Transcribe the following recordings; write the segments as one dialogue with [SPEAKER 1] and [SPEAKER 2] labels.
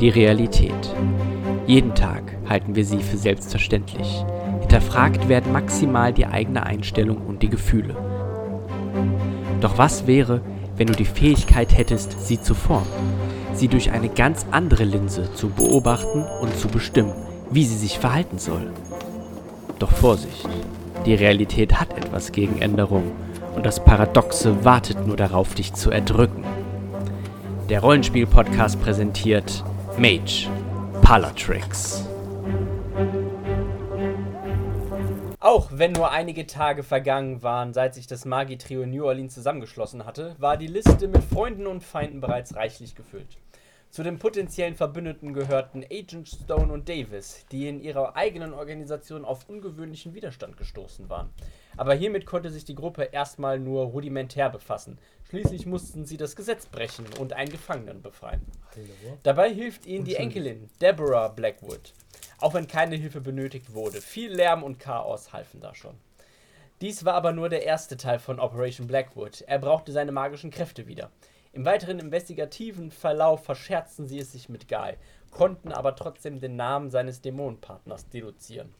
[SPEAKER 1] die Realität. Jeden Tag halten wir sie für selbstverständlich. Hinterfragt werden maximal die eigene Einstellung und die Gefühle. Doch was wäre, wenn du die Fähigkeit hättest, sie zu formen? Sie durch eine ganz andere Linse zu beobachten und zu bestimmen, wie sie sich verhalten soll. Doch Vorsicht, die Realität hat etwas gegen Änderung und das Paradoxe wartet nur darauf, dich zu erdrücken. Der Rollenspiel-Podcast präsentiert Mage Palatrix. Auch wenn nur einige Tage vergangen waren, seit sich das Magitrio in New Orleans zusammengeschlossen hatte, war die Liste mit Freunden und Feinden bereits reichlich gefüllt. Zu den potenziellen Verbündeten gehörten Agent Stone und Davis, die in ihrer eigenen Organisation auf ungewöhnlichen Widerstand gestoßen waren. Aber hiermit konnte sich die Gruppe erstmal nur rudimentär befassen. Schließlich mussten sie das Gesetz brechen und einen Gefangenen befreien. Dabei hilft ihnen die Enkelin, Deborah Blackwood. Auch wenn keine Hilfe benötigt wurde, viel Lärm und Chaos halfen da schon. Dies war aber nur der erste Teil von Operation Blackwood. Er brauchte seine magischen Kräfte wieder. Im weiteren investigativen Verlauf verscherzten sie es sich mit Guy, konnten aber trotzdem den Namen seines Dämonenpartners deduzieren.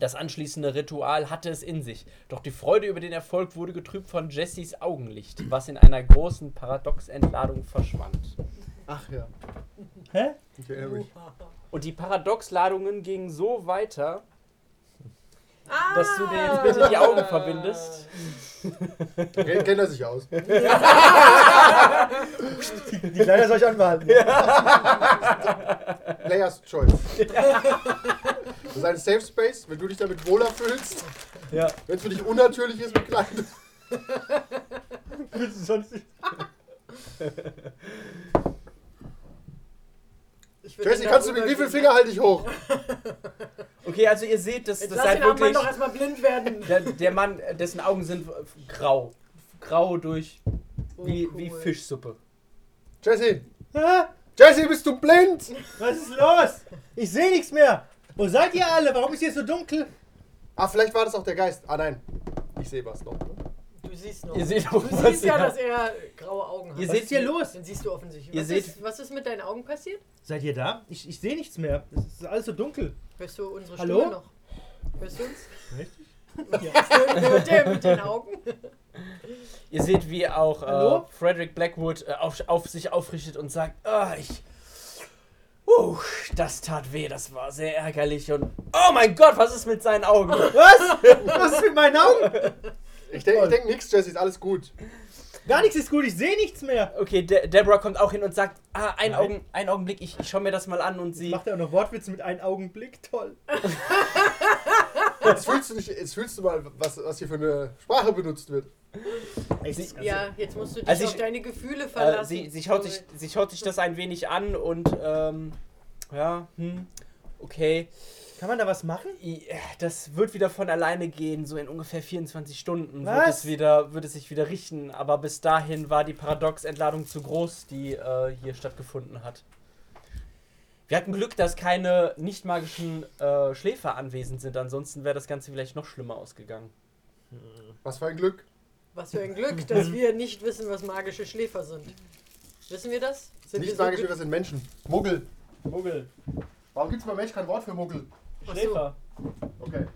[SPEAKER 1] Das anschließende Ritual hatte es in sich, doch die Freude über den Erfolg wurde getrübt von Jessys Augenlicht, was in einer großen Paradoxentladung verschwand.
[SPEAKER 2] Ach ja.
[SPEAKER 3] Hä?
[SPEAKER 2] Ich erinnere mich.
[SPEAKER 1] Und die Paradoxladungen gingen so weiter,
[SPEAKER 4] Ah!
[SPEAKER 1] dass du dir jetzt bitte die Augen verbindest.
[SPEAKER 2] Kennt, kennt er sich aus?
[SPEAKER 3] Die Kleider soll ich anbehalten.
[SPEAKER 2] Players Choice. Das ist ein Safe Space, wenn du dich damit wohler fühlst.
[SPEAKER 3] Ja.
[SPEAKER 2] Wenn es für dich unnatürlich ist, bekleidet.
[SPEAKER 3] Willst du sonst nicht?
[SPEAKER 4] Ich würd
[SPEAKER 2] Jesse,
[SPEAKER 4] den
[SPEAKER 2] kannst du
[SPEAKER 4] da
[SPEAKER 2] mit wie viel
[SPEAKER 4] rübergehen.
[SPEAKER 2] Finger halte ich hoch?
[SPEAKER 1] Okay, also ihr seht, dass
[SPEAKER 4] Jetzt
[SPEAKER 1] das
[SPEAKER 4] lass
[SPEAKER 1] halt
[SPEAKER 4] den armen Mann
[SPEAKER 1] wirklich
[SPEAKER 4] doch erstmal blind werden.
[SPEAKER 1] der, der Mann, äh, dessen Augen sind äh, grau, grau durch
[SPEAKER 4] Oh,
[SPEAKER 1] wie,
[SPEAKER 4] cool.
[SPEAKER 1] wie Fischsuppe.
[SPEAKER 2] Jesse!
[SPEAKER 3] Hä?
[SPEAKER 2] Jesse, bist du blind?
[SPEAKER 3] Was ist los? Ich sehe nichts mehr. Wo seid ihr alle? Warum ist hier so dunkel?
[SPEAKER 2] Ah, vielleicht war das auch der Geist. Ah nein. Ich sehe was noch. ne?
[SPEAKER 4] Du siehst noch.
[SPEAKER 1] Ihr seht auch,
[SPEAKER 4] du
[SPEAKER 1] was
[SPEAKER 4] siehst
[SPEAKER 1] ihr
[SPEAKER 4] ja,
[SPEAKER 1] habt.
[SPEAKER 4] dass er graue Augen hat.
[SPEAKER 1] Ihr
[SPEAKER 3] Was
[SPEAKER 1] seht
[SPEAKER 3] ist hier
[SPEAKER 1] die-
[SPEAKER 3] los?
[SPEAKER 4] Dann siehst du offensichtlich.
[SPEAKER 1] Ihr
[SPEAKER 4] was,
[SPEAKER 1] seht-
[SPEAKER 4] ist, was ist mit deinen Augen passiert?
[SPEAKER 3] Seid ihr da? Ich, ich sehe nichts mehr. Es ist alles so dunkel.
[SPEAKER 4] Hörst du unsere
[SPEAKER 3] Hallo?
[SPEAKER 4] Stimme noch? Hörst du uns?
[SPEAKER 3] Richtig?
[SPEAKER 4] mit, der, mit den Augen?
[SPEAKER 1] Ihr seht, wie auch äh,
[SPEAKER 3] Hallo?
[SPEAKER 1] Frederick Blackwood äh, auf, auf sich aufrichtet und sagt, ah, ich... Uh, das tat weh, das war sehr ärgerlich und... Oh mein Gott, was ist mit seinen Augen?
[SPEAKER 4] Ah.
[SPEAKER 3] Was? Was ist mit meinen Augen?
[SPEAKER 2] Ich denke ich denk nichts, Jesse, ist alles gut.
[SPEAKER 3] Gar nichts ist gut. Ich sehe nichts mehr.
[SPEAKER 1] Okay, De Deborah kommt auch hin und sagt, ah, einen,
[SPEAKER 3] Nein.
[SPEAKER 1] Augen, einen Augenblick, ich, ich schaue mir das mal an und sie...
[SPEAKER 3] Macht er auch noch Wortwitze mit einem Augenblick? Toll.
[SPEAKER 2] Jetzt fühlst du, dich, jetzt fühlst du mal, was, was hier für eine Sprache benutzt wird.
[SPEAKER 3] Echt?
[SPEAKER 4] ja, jetzt musst du dich
[SPEAKER 1] Also
[SPEAKER 4] auf
[SPEAKER 1] ich-
[SPEAKER 4] deine Gefühle
[SPEAKER 1] Äh,
[SPEAKER 4] verlassen.
[SPEAKER 1] sie, sie, schaut sich, sie schaut sich das ein wenig an und ähm, ja, hm, okay.
[SPEAKER 3] Kann man da was machen?
[SPEAKER 1] I- äh, Das wird wieder von alleine gehen, so in ungefähr 24 Stunden wird
[SPEAKER 3] Was?
[SPEAKER 1] es, wieder, wird es sich wieder richten. Aber bis dahin war die Paradox-Entladung zu groß, die äh, hier stattgefunden hat. Wir hatten Glück, dass keine nicht magischen äh, Schläfer anwesend sind, ansonsten wäre das Ganze vielleicht noch schlimmer ausgegangen.
[SPEAKER 2] Was für ein Glück.
[SPEAKER 4] Was für ein Glück, dass wir nicht wissen, was magische Schläfer sind. Wissen wir das? Sind
[SPEAKER 2] Nicht
[SPEAKER 4] wir
[SPEAKER 2] magisch, das sind Menschen. Muggel.
[SPEAKER 3] Muggel.
[SPEAKER 2] Warum gibt's bei Mensch kein Wort für Muggel?
[SPEAKER 4] Ach so.
[SPEAKER 3] Schläfer.
[SPEAKER 2] Okay.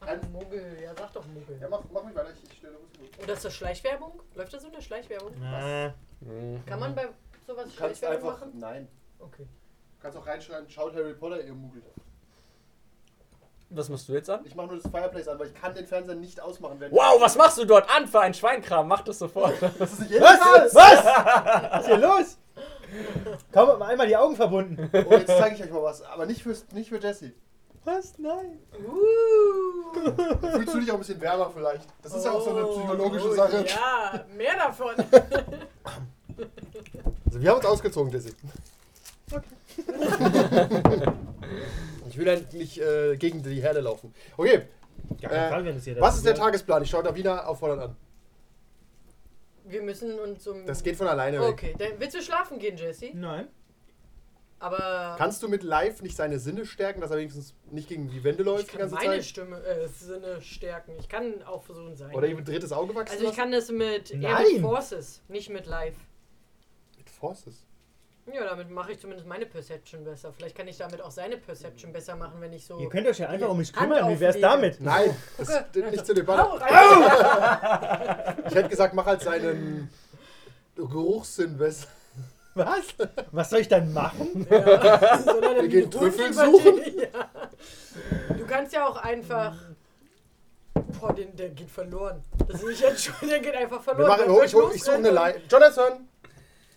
[SPEAKER 4] Ach, Muggel, ja sag doch Muggel.
[SPEAKER 2] Ja, mach, mach mich weiter. Ich, ich stelle Du
[SPEAKER 4] Und das ist Schleichwerbung? Läuft das unter Schleichwerbung?
[SPEAKER 3] Na.
[SPEAKER 2] Mhm.
[SPEAKER 4] Kann man bei sowas
[SPEAKER 2] kannst
[SPEAKER 4] Schleichwerbung
[SPEAKER 2] einfach.
[SPEAKER 4] machen?
[SPEAKER 2] Nein.
[SPEAKER 4] Okay.
[SPEAKER 2] Du kannst auch reinschreiben, schaut Harry Potter, ihr Muggel.
[SPEAKER 1] Was machst du jetzt an?
[SPEAKER 2] Ich mache nur das Fireplace an, weil ich kann den Fernseher nicht ausmachen. Wenn
[SPEAKER 1] Wow, was machst du dort an für ein Schweinkram? Mach das sofort.
[SPEAKER 2] Das ist nicht jedes
[SPEAKER 3] Was?
[SPEAKER 2] Mal.
[SPEAKER 3] Was? Was ist hier los? Kaum einmal die Augen verbunden.
[SPEAKER 2] Oh, jetzt zeige ich euch mal was, aber nicht, fürs, nicht für Jesse.
[SPEAKER 3] Was? Nein.
[SPEAKER 4] Uh,
[SPEAKER 2] Fühlst du dich auch ein bisschen wärmer vielleicht? Das ist ja auch so eine
[SPEAKER 4] oh,
[SPEAKER 2] psychologische
[SPEAKER 4] oh,
[SPEAKER 2] Sache.
[SPEAKER 4] Ja, mehr davon.
[SPEAKER 2] Also wir haben uns ausgezogen, Jesse. ich will halt nicht äh, gegen die Herde laufen. Okay,
[SPEAKER 3] Gar
[SPEAKER 2] Äh,
[SPEAKER 3] keinen Fall, wenn es hier
[SPEAKER 2] was ist der Tagesplan? Ich schaue da wieder auffordern an.
[SPEAKER 4] Wir müssen uns um.
[SPEAKER 2] Das geht von alleine weg.
[SPEAKER 4] Okay, dann willst du schlafen gehen, Jesse?
[SPEAKER 3] Nein.
[SPEAKER 4] Aber.
[SPEAKER 2] Kannst du mit Live nicht seine Sinne stärken, dass er wenigstens nicht gegen die Wände läuft
[SPEAKER 4] ich
[SPEAKER 2] die
[SPEAKER 4] kann
[SPEAKER 2] ganze
[SPEAKER 4] meine
[SPEAKER 2] Zeit?
[SPEAKER 4] Stimme, äh, Sinne stärken. Ich kann auch versuchen sein.
[SPEAKER 2] Oder ihm ein drittes Auge wachsen
[SPEAKER 4] also ich
[SPEAKER 2] lassen?
[SPEAKER 4] kann das mit eher
[SPEAKER 3] Nein.
[SPEAKER 4] mit Forces, nicht mit Live.
[SPEAKER 2] Mit Forces.
[SPEAKER 4] Ja, damit mache ich zumindest meine Perception besser. Vielleicht kann ich damit auch seine Perception besser machen, wenn ich so.
[SPEAKER 3] Ihr könnt euch ja einfach um mich
[SPEAKER 4] Hand
[SPEAKER 3] kümmern. Wie wär's
[SPEAKER 4] auflegen.
[SPEAKER 3] damit?
[SPEAKER 2] Nein, das steht nicht zur
[SPEAKER 4] Hau
[SPEAKER 2] Debatte.
[SPEAKER 4] rein!
[SPEAKER 2] Ich hätte gesagt, mach halt seinen Geruchssinn besser.
[SPEAKER 3] Was? Was soll ich dann machen?
[SPEAKER 4] Sondern
[SPEAKER 2] Wir gehen
[SPEAKER 4] den Ruf
[SPEAKER 2] Trüffel
[SPEAKER 4] über
[SPEAKER 2] suchen.
[SPEAKER 4] die- Ja. Du kannst ja auch einfach. Boah, den, der geht verloren. Das ist nicht entschuldigt, der geht einfach
[SPEAKER 2] Wir
[SPEAKER 4] verloren.
[SPEAKER 2] machen,
[SPEAKER 4] Dann
[SPEAKER 2] ich, hol- ich suche eine
[SPEAKER 4] losrennen.
[SPEAKER 2] Leine. Jonathan!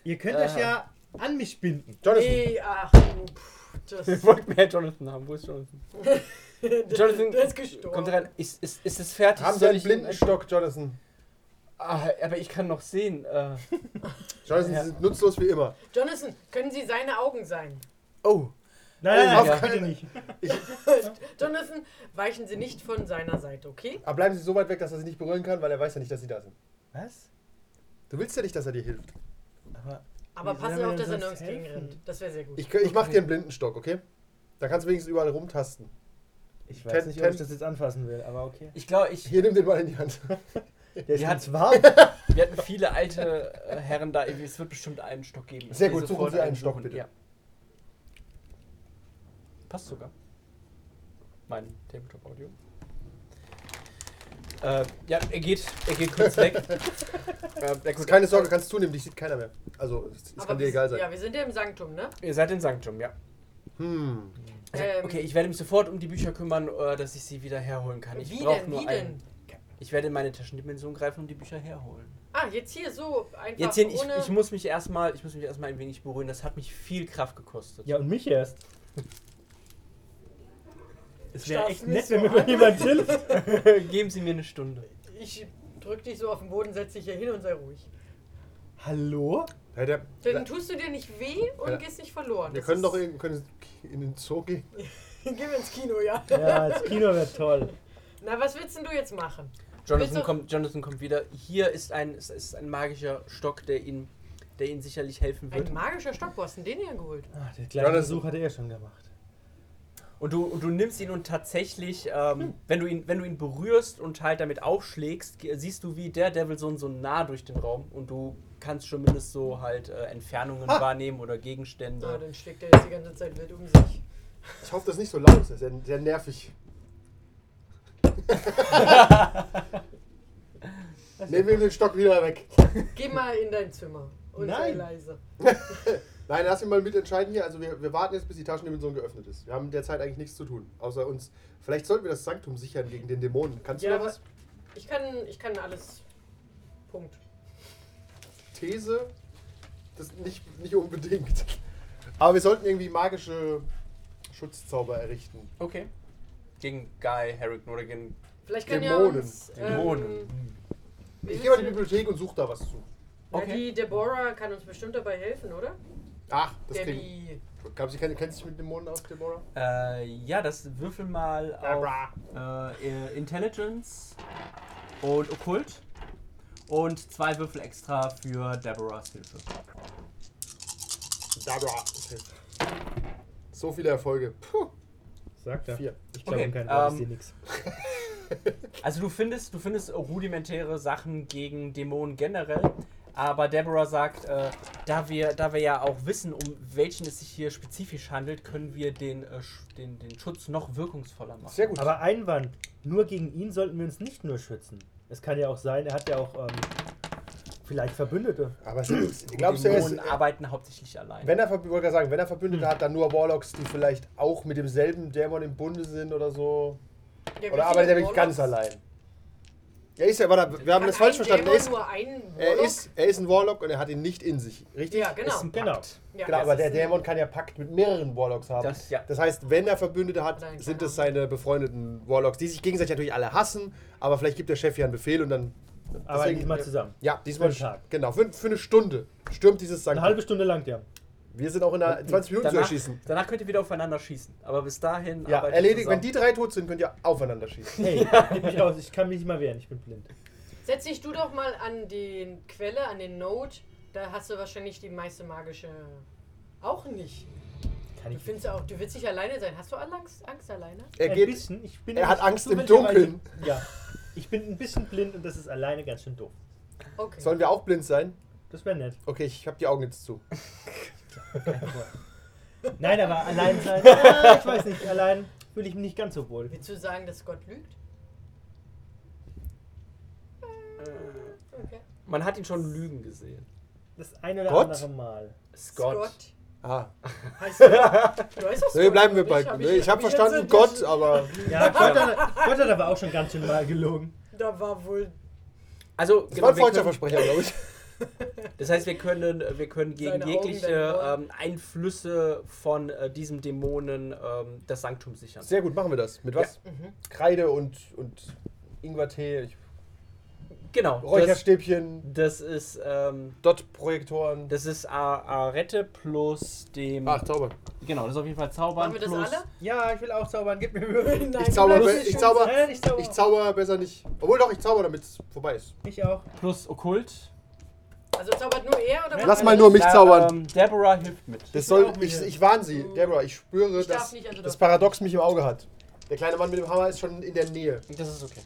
[SPEAKER 3] Ihr könnt euch ja an mich binden.
[SPEAKER 2] Jonathan!
[SPEAKER 4] Nee, ach, du, pff, das,
[SPEAKER 1] Wir wollten mehr Jonathan haben. Wo ist Jonathan? Jonathan
[SPEAKER 4] der ist gestorben.
[SPEAKER 1] Kommt rein. Ist, ist, ist es fertig?
[SPEAKER 2] Haben Sie
[SPEAKER 1] Soll
[SPEAKER 2] einen
[SPEAKER 1] ich ihn-
[SPEAKER 2] Blindenstock, Jonathan?
[SPEAKER 1] Ah, aber ich kann noch sehen. Äh.
[SPEAKER 2] Jonathan,
[SPEAKER 1] Ja.
[SPEAKER 2] Sie sind nutzlos wie immer.
[SPEAKER 4] Jonathan, können Sie seine Augen sein?
[SPEAKER 1] Oh.
[SPEAKER 3] Nein,
[SPEAKER 1] Ja.
[SPEAKER 3] nein, nein, bitte nicht.
[SPEAKER 4] Jonathan, weichen Sie nicht von seiner Seite, okay?
[SPEAKER 2] Aber bleiben Sie so weit weg, dass er Sie nicht berühren kann, weil er weiß ja nicht, dass Sie da sind.
[SPEAKER 3] Was?
[SPEAKER 2] Du willst ja nicht, dass er dir hilft.
[SPEAKER 3] Aber
[SPEAKER 4] Aber
[SPEAKER 3] Wie soll
[SPEAKER 4] passen Sie
[SPEAKER 3] mir
[SPEAKER 4] auf, dass
[SPEAKER 3] denn
[SPEAKER 4] er
[SPEAKER 3] sonst
[SPEAKER 4] nirgends
[SPEAKER 3] helfen?
[SPEAKER 4] gegenrennt. Das wäre sehr gut.
[SPEAKER 2] Ich, ich mach dir einen Blindenstock, okay? Da kannst du wenigstens überall rumtasten.
[SPEAKER 3] ich
[SPEAKER 2] Ten-
[SPEAKER 3] weiß nicht, ob ich
[SPEAKER 2] ten-
[SPEAKER 3] das jetzt anfassen will, aber okay.
[SPEAKER 1] Ich glaube, ich,
[SPEAKER 2] Hier, nimm den mal in die Hand.
[SPEAKER 3] Der ist
[SPEAKER 1] Die
[SPEAKER 3] ganz
[SPEAKER 1] hat-
[SPEAKER 3] warm.
[SPEAKER 1] wir hatten viele alte äh, Herren da. Es wird bestimmt einen Stock geben. Ich
[SPEAKER 2] Sehr
[SPEAKER 1] geh
[SPEAKER 2] gut, suchen
[SPEAKER 1] sofort
[SPEAKER 2] Sie einen Stock,
[SPEAKER 1] suchen.
[SPEAKER 2] bitte.
[SPEAKER 1] Passt sogar. Mein Tabletop-Audio. Äh, ja, er geht, er geht kurz weg. äh, na gut,
[SPEAKER 2] Keine Sorge, kannst zunehmen, dich sieht keiner mehr. Also, es, es
[SPEAKER 4] Aber
[SPEAKER 2] kann dir
[SPEAKER 4] wir-
[SPEAKER 2] egal sein.
[SPEAKER 4] Ja, wir sind ja im Sanktum, ne?
[SPEAKER 1] ihr seid in Sanktum, ja.
[SPEAKER 2] Hm.
[SPEAKER 1] Er sagt,
[SPEAKER 4] Ähm,
[SPEAKER 1] Also, okay, ich werde mich sofort um die Bücher kümmern, äh, dass ich sie wieder herholen kann. Ich
[SPEAKER 4] wie
[SPEAKER 1] brauche
[SPEAKER 4] denn,
[SPEAKER 1] nur
[SPEAKER 4] wie
[SPEAKER 1] einen.
[SPEAKER 4] denn?
[SPEAKER 1] Ich werde in meine Taschendimension greifen und die Bücher herholen.
[SPEAKER 4] Ah, jetzt hier so einfach
[SPEAKER 1] Jetzt hier, ich,
[SPEAKER 4] ohne...
[SPEAKER 1] ich muss mich erstmal, ich muss mich erstmal ein wenig berühren. Das hat mich viel Kraft gekostet.
[SPEAKER 3] Ja, und mich erst. Es wäre
[SPEAKER 4] Starrst
[SPEAKER 3] echt
[SPEAKER 4] mich
[SPEAKER 3] nett,
[SPEAKER 4] so
[SPEAKER 3] wenn mir mal
[SPEAKER 4] an.
[SPEAKER 3] jemand hilft.
[SPEAKER 1] Geben Sie mir eine Stunde.
[SPEAKER 4] Ich drück dich so auf den Boden, setz dich hier hin und sei ruhig.
[SPEAKER 3] Hallo?
[SPEAKER 2] Hey, der,
[SPEAKER 4] Dann tust du dir nicht weh und
[SPEAKER 2] Ja.
[SPEAKER 4] gehst nicht verloren.
[SPEAKER 2] wir
[SPEAKER 4] Das
[SPEAKER 2] können
[SPEAKER 4] ist-
[SPEAKER 2] doch eh- in, können in den Zoo gehen.
[SPEAKER 4] Gehen wir ins Kino, ja.
[SPEAKER 3] Ja, das Kino wäre toll.
[SPEAKER 4] Na, was willst denn du jetzt machen? Willst
[SPEAKER 1] Jonathan
[SPEAKER 4] du-
[SPEAKER 1] kommt, Jonathan kommt wieder. Hier ist ein, es ist ein magischer Stock, der Ihnen, der Ihnen sicherlich helfen wird.
[SPEAKER 4] Ein magischer Stock, wo hast du den denn geholt?
[SPEAKER 3] Ach, den
[SPEAKER 2] Ja,
[SPEAKER 3] kleinen
[SPEAKER 2] das-
[SPEAKER 3] Ah, Besuch hat er ja schon gemacht.
[SPEAKER 1] Und du, und du nimmst ihn und tatsächlich, ähm,
[SPEAKER 4] Hm.
[SPEAKER 1] wenn, du ihn, wenn du ihn berührst und halt damit aufschlägst, ge- siehst du wie der Devil so, so nah durch den Raum und du kannst schon mindestens so halt äh, Entfernungen wahrnehmen oder
[SPEAKER 4] Ah,
[SPEAKER 1] Gegenstände.
[SPEAKER 4] dann schlägt er jetzt die ganze Zeit wild um sich.
[SPEAKER 2] Ich hoffe, das ist nicht so laut. Das ist sehr, sehr nervig. Nehmen wir den Stock wieder weg.
[SPEAKER 4] Geh mal in dein Zimmer und sei
[SPEAKER 3] Nein.
[SPEAKER 4] leise.
[SPEAKER 2] Nein, lass mich mal mitentscheiden hier. Also wir, wir warten jetzt, bis die Taschendimension geöffnet ist. Wir haben derzeit eigentlich nichts zu tun, außer uns. Vielleicht sollten wir das Sanktum sichern gegen den Dämonen. Kannst
[SPEAKER 4] Ja,
[SPEAKER 2] du da was?
[SPEAKER 4] Ich kann, ich kann alles. Punkt.
[SPEAKER 2] These? Das nicht, nicht unbedingt. Aber wir sollten irgendwie magische Schutzzauber errichten.
[SPEAKER 1] Okay. Gegen Guy, Harrington oder gegen.
[SPEAKER 4] Vielleicht kann
[SPEAKER 2] Dämonen.
[SPEAKER 4] ja uns,
[SPEAKER 1] Dämonen.
[SPEAKER 4] Ähm,
[SPEAKER 2] Ich gehe mal in die Bibliothek und suche da was zu.
[SPEAKER 1] Okay.
[SPEAKER 4] Ja, die Deborah kann uns bestimmt dabei helfen, oder?
[SPEAKER 2] Ach, das kriegen.
[SPEAKER 4] Debbie.
[SPEAKER 2] Glaubst du, sie kennt- kennst dich mit Dämonen aus, Deborah?
[SPEAKER 1] Äh, ja, das würfel mal
[SPEAKER 2] Bra.
[SPEAKER 1] auf äh, Intelligence und Okkult. Und zwei Würfel extra für Deborahs Hilfe.
[SPEAKER 2] Deborah. Okay. So viele Erfolge. Puh,
[SPEAKER 3] Sagt er.
[SPEAKER 2] vier.
[SPEAKER 3] oh, Ich glaube,
[SPEAKER 1] Okay,
[SPEAKER 3] okay, kein
[SPEAKER 1] ähm,
[SPEAKER 3] Wort ist dir nix.
[SPEAKER 1] Also du findest, du findest rudimentäre Sachen gegen Dämonen generell, aber Deborah sagt, äh, da, wir, da wir ja auch wissen, um welchen es sich hier spezifisch handelt, können wir den, äh, sch- den, den Schutz noch wirkungsvoller machen.
[SPEAKER 2] Sehr gut.
[SPEAKER 3] Aber Einwand, nur gegen ihn sollten wir uns nicht nur schützen. Es kann ja auch sein, er hat ja auch ähm, vielleicht Verbündete.
[SPEAKER 2] Aber ich
[SPEAKER 1] Glaubst
[SPEAKER 2] glaubst du, er
[SPEAKER 1] Dämonen
[SPEAKER 2] ist, Hm.
[SPEAKER 1] arbeiten hauptsächlich allein.
[SPEAKER 2] wenn er, Verb- ich wollte gerade sagen, wenn er Verbündete hat, dann nur Warlocks, die vielleicht auch mit demselben Dämon im Bunde sind oder so.
[SPEAKER 4] Ja, wie viele
[SPEAKER 2] Oder arbeitet er wirklich
[SPEAKER 4] Warlocks?
[SPEAKER 2] ganz allein? Er ist ja, warte, wir haben
[SPEAKER 4] Kann
[SPEAKER 2] das falsch
[SPEAKER 4] ein
[SPEAKER 2] verstanden. Er
[SPEAKER 4] Dämon
[SPEAKER 2] ist,
[SPEAKER 4] nur einen
[SPEAKER 2] er,
[SPEAKER 4] Warlock?
[SPEAKER 2] ist, er ist ein Warlock und er hat ihn nicht in sich, richtig?
[SPEAKER 4] Ja,
[SPEAKER 1] Ist
[SPEAKER 4] genau.
[SPEAKER 1] ein
[SPEAKER 3] Genau.
[SPEAKER 1] Pakt.
[SPEAKER 4] Ja,
[SPEAKER 2] Genau,
[SPEAKER 4] das
[SPEAKER 2] aber der
[SPEAKER 4] ist ein-
[SPEAKER 2] Dämon kann ja Pakt mit mehreren Warlocks haben.
[SPEAKER 1] Das- ja.
[SPEAKER 2] heißt, wenn er Verbündete hat,
[SPEAKER 4] Nein, keine
[SPEAKER 2] sind es
[SPEAKER 4] Ahnung.
[SPEAKER 2] seine befreundeten Warlocks, die sich gegenseitig natürlich alle hassen, aber vielleicht gibt der Chef ja einen Befehl und dann.
[SPEAKER 3] Aber
[SPEAKER 2] Deswegen-
[SPEAKER 3] diesmal zusammen.
[SPEAKER 2] Ja, diesmal.
[SPEAKER 3] Für einen Tag.
[SPEAKER 2] Genau, für, für eine Stunde stürmt dieses
[SPEAKER 3] Eine halbe
[SPEAKER 2] Sanktum.
[SPEAKER 3] Stunde lang, ja.
[SPEAKER 2] Wir sind auch in einer 20 Minuten zu
[SPEAKER 1] Danach,
[SPEAKER 2] erschießen.
[SPEAKER 1] danach könnt ihr wieder aufeinander schießen, aber bis dahin
[SPEAKER 2] Ja,
[SPEAKER 1] arbeitet
[SPEAKER 2] erledigt.
[SPEAKER 1] zusammen.
[SPEAKER 2] Wenn die drei tot sind, könnt ihr aufeinander schießen.
[SPEAKER 3] Hey, gib mich aus, ich kann mich nicht mal wehren, ich bin blind.
[SPEAKER 4] Setz dich du doch mal an die Quelle, an den Node. Da hast du wahrscheinlich die meiste magische. Auch nicht.
[SPEAKER 3] Kann
[SPEAKER 4] Du
[SPEAKER 3] ich
[SPEAKER 4] findest auch, du willst nicht alleine sein. Hast du Angst, Angst alleine?
[SPEAKER 2] Er
[SPEAKER 3] Ein
[SPEAKER 2] geht.
[SPEAKER 3] bisschen, ich bin
[SPEAKER 2] er hat Angst im
[SPEAKER 3] zufälligerweise-
[SPEAKER 2] Dunkeln.
[SPEAKER 3] Ja, ich bin ein bisschen blind und das ist alleine ganz schön doof.
[SPEAKER 4] Okay.
[SPEAKER 2] Sollen wir auch blind sein?
[SPEAKER 3] Das wäre nett.
[SPEAKER 2] Okay, ich habe die Augen jetzt zu.
[SPEAKER 3] Nein, aber allein sein. Ah, ich weiß nicht, allein fühle ich mich nicht ganz so wohl.
[SPEAKER 4] Willst du sagen, dass Gott lügt?
[SPEAKER 1] Äh,
[SPEAKER 4] Okay.
[SPEAKER 1] Man hat ihn schon lügen gesehen.
[SPEAKER 3] Das eine oder
[SPEAKER 2] Gott?
[SPEAKER 3] andere Mal.
[SPEAKER 1] Scott.
[SPEAKER 2] Ah,
[SPEAKER 4] Heißt Gott. Du heißt doch
[SPEAKER 2] nee,
[SPEAKER 4] Scott.
[SPEAKER 2] bleiben wir
[SPEAKER 4] Ich
[SPEAKER 2] bei.
[SPEAKER 4] hab
[SPEAKER 2] nee,
[SPEAKER 4] mich-
[SPEAKER 2] ich habe
[SPEAKER 4] hab mich
[SPEAKER 2] verstanden,
[SPEAKER 4] jetzt
[SPEAKER 2] Gott,
[SPEAKER 4] entlischen.
[SPEAKER 2] aber.
[SPEAKER 3] Ja, Gott hat, Gott hat aber auch schon ganz schön mal gelogen.
[SPEAKER 4] Da war wohl
[SPEAKER 1] Also,
[SPEAKER 2] Das war ein
[SPEAKER 1] wir können-
[SPEAKER 2] Freundschaftsversprecher, glaube ich.
[SPEAKER 1] Das heißt, wir können, äh, wir können gegen
[SPEAKER 4] Seine Augen,
[SPEAKER 1] jegliche
[SPEAKER 4] deine Ohren.
[SPEAKER 1] ähm, Einflüsse von äh, diesem Dämonen ähm, das Sanktum sichern.
[SPEAKER 2] Sehr gut, machen wir das. Mit was?
[SPEAKER 1] Mhm.
[SPEAKER 2] Kreide und, und Ingwertee, ich-
[SPEAKER 1] Genau. Das,
[SPEAKER 2] Räucherstäbchen,
[SPEAKER 1] das ist, ähm,
[SPEAKER 2] Dot-Projektoren.
[SPEAKER 1] das ist A- Arette plus dem.
[SPEAKER 2] Ach, Zauber.
[SPEAKER 1] Genau, das ist auf jeden Fall Zaubern
[SPEAKER 4] Machen wir das
[SPEAKER 1] plus.
[SPEAKER 4] alle?
[SPEAKER 3] Ja, ich will auch zaubern, gib mir Würfel.
[SPEAKER 4] Nein,
[SPEAKER 2] Ich zauber,
[SPEAKER 4] du
[SPEAKER 2] be-
[SPEAKER 4] bleibst
[SPEAKER 2] ich
[SPEAKER 4] schon-
[SPEAKER 2] zauber,
[SPEAKER 3] Nein, ich zauber.
[SPEAKER 2] ich zauber besser nicht. Obwohl doch, ich zauber, damit es vorbei ist.
[SPEAKER 3] Ich auch.
[SPEAKER 1] Plus Okkult.
[SPEAKER 4] Also zaubert nur er oder
[SPEAKER 2] Lass
[SPEAKER 4] was?
[SPEAKER 2] mal nur mich
[SPEAKER 1] Da,
[SPEAKER 2] zaubern.
[SPEAKER 1] Ähm, Deborah hilft mit.
[SPEAKER 2] Das
[SPEAKER 3] will
[SPEAKER 2] soll,
[SPEAKER 3] auch
[SPEAKER 2] ich,
[SPEAKER 3] hier.
[SPEAKER 2] ich warne sie, Deborah, ich spüre,
[SPEAKER 4] Ich darf
[SPEAKER 2] dass
[SPEAKER 4] nicht, also
[SPEAKER 2] das
[SPEAKER 4] doch.
[SPEAKER 2] Paradox mich im Auge hat. Der kleine Mann mit dem Hammer ist schon in der Nähe.
[SPEAKER 1] Das ist okay.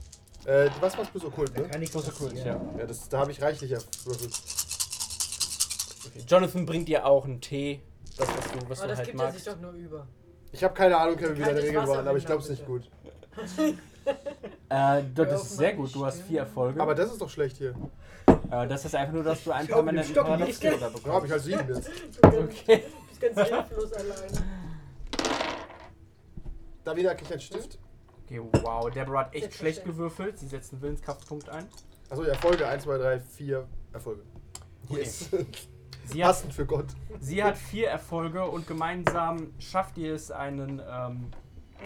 [SPEAKER 2] Äh, was war's bloß okkult, ne?
[SPEAKER 3] Kann ich
[SPEAKER 1] Plus Okkult, ja.
[SPEAKER 2] Ja, das, da habe ich reichlich erwürfelt.
[SPEAKER 1] Jonathan bringt dir auch einen Tee. Das, was du, was du
[SPEAKER 4] Aber Oh, das
[SPEAKER 1] halt
[SPEAKER 4] gibt er
[SPEAKER 1] magst.
[SPEAKER 4] sich doch nur über.
[SPEAKER 2] Ich habe keine Ahnung, Kevin, wie deine
[SPEAKER 4] Kaltes
[SPEAKER 2] Regeln
[SPEAKER 4] Wasser
[SPEAKER 2] waren, aber ich
[SPEAKER 4] will
[SPEAKER 2] glaube es
[SPEAKER 4] damit,
[SPEAKER 2] nicht gut.
[SPEAKER 1] Äh, du-
[SPEAKER 4] Hör
[SPEAKER 1] das
[SPEAKER 4] auf,
[SPEAKER 1] ist sehr
[SPEAKER 4] Mann,
[SPEAKER 1] gut, du hast
[SPEAKER 4] stimmt.
[SPEAKER 1] vier Erfolge.
[SPEAKER 2] Aber das ist doch schlecht hier.
[SPEAKER 1] äh, das ist einfach nur, dass du einen
[SPEAKER 3] Schau mit dem
[SPEAKER 1] permanenten
[SPEAKER 3] Stock in die
[SPEAKER 1] Paradoxfehler
[SPEAKER 3] Ecke.
[SPEAKER 2] Ja, habe ich
[SPEAKER 1] bekommst.
[SPEAKER 2] halt sieben jetzt.
[SPEAKER 1] Okay.
[SPEAKER 4] Du bist ganz hilflos allein.
[SPEAKER 2] Da wieder krieg ich einen Stift.
[SPEAKER 1] Okay, wow. Deborah hat echt
[SPEAKER 4] Sehr
[SPEAKER 1] schlecht
[SPEAKER 4] verstehen.
[SPEAKER 1] gewürfelt. Sie setzt einen Willenskraftpunkt ein.
[SPEAKER 2] Achso, Erfolge. 1, 2, 3, 4 Erfolge.
[SPEAKER 1] Okay.
[SPEAKER 2] Yes.
[SPEAKER 1] Sie hat,
[SPEAKER 2] Passend für Gott.
[SPEAKER 1] sie hat vier Erfolge und gemeinsam schafft ihr es, einen, ähm,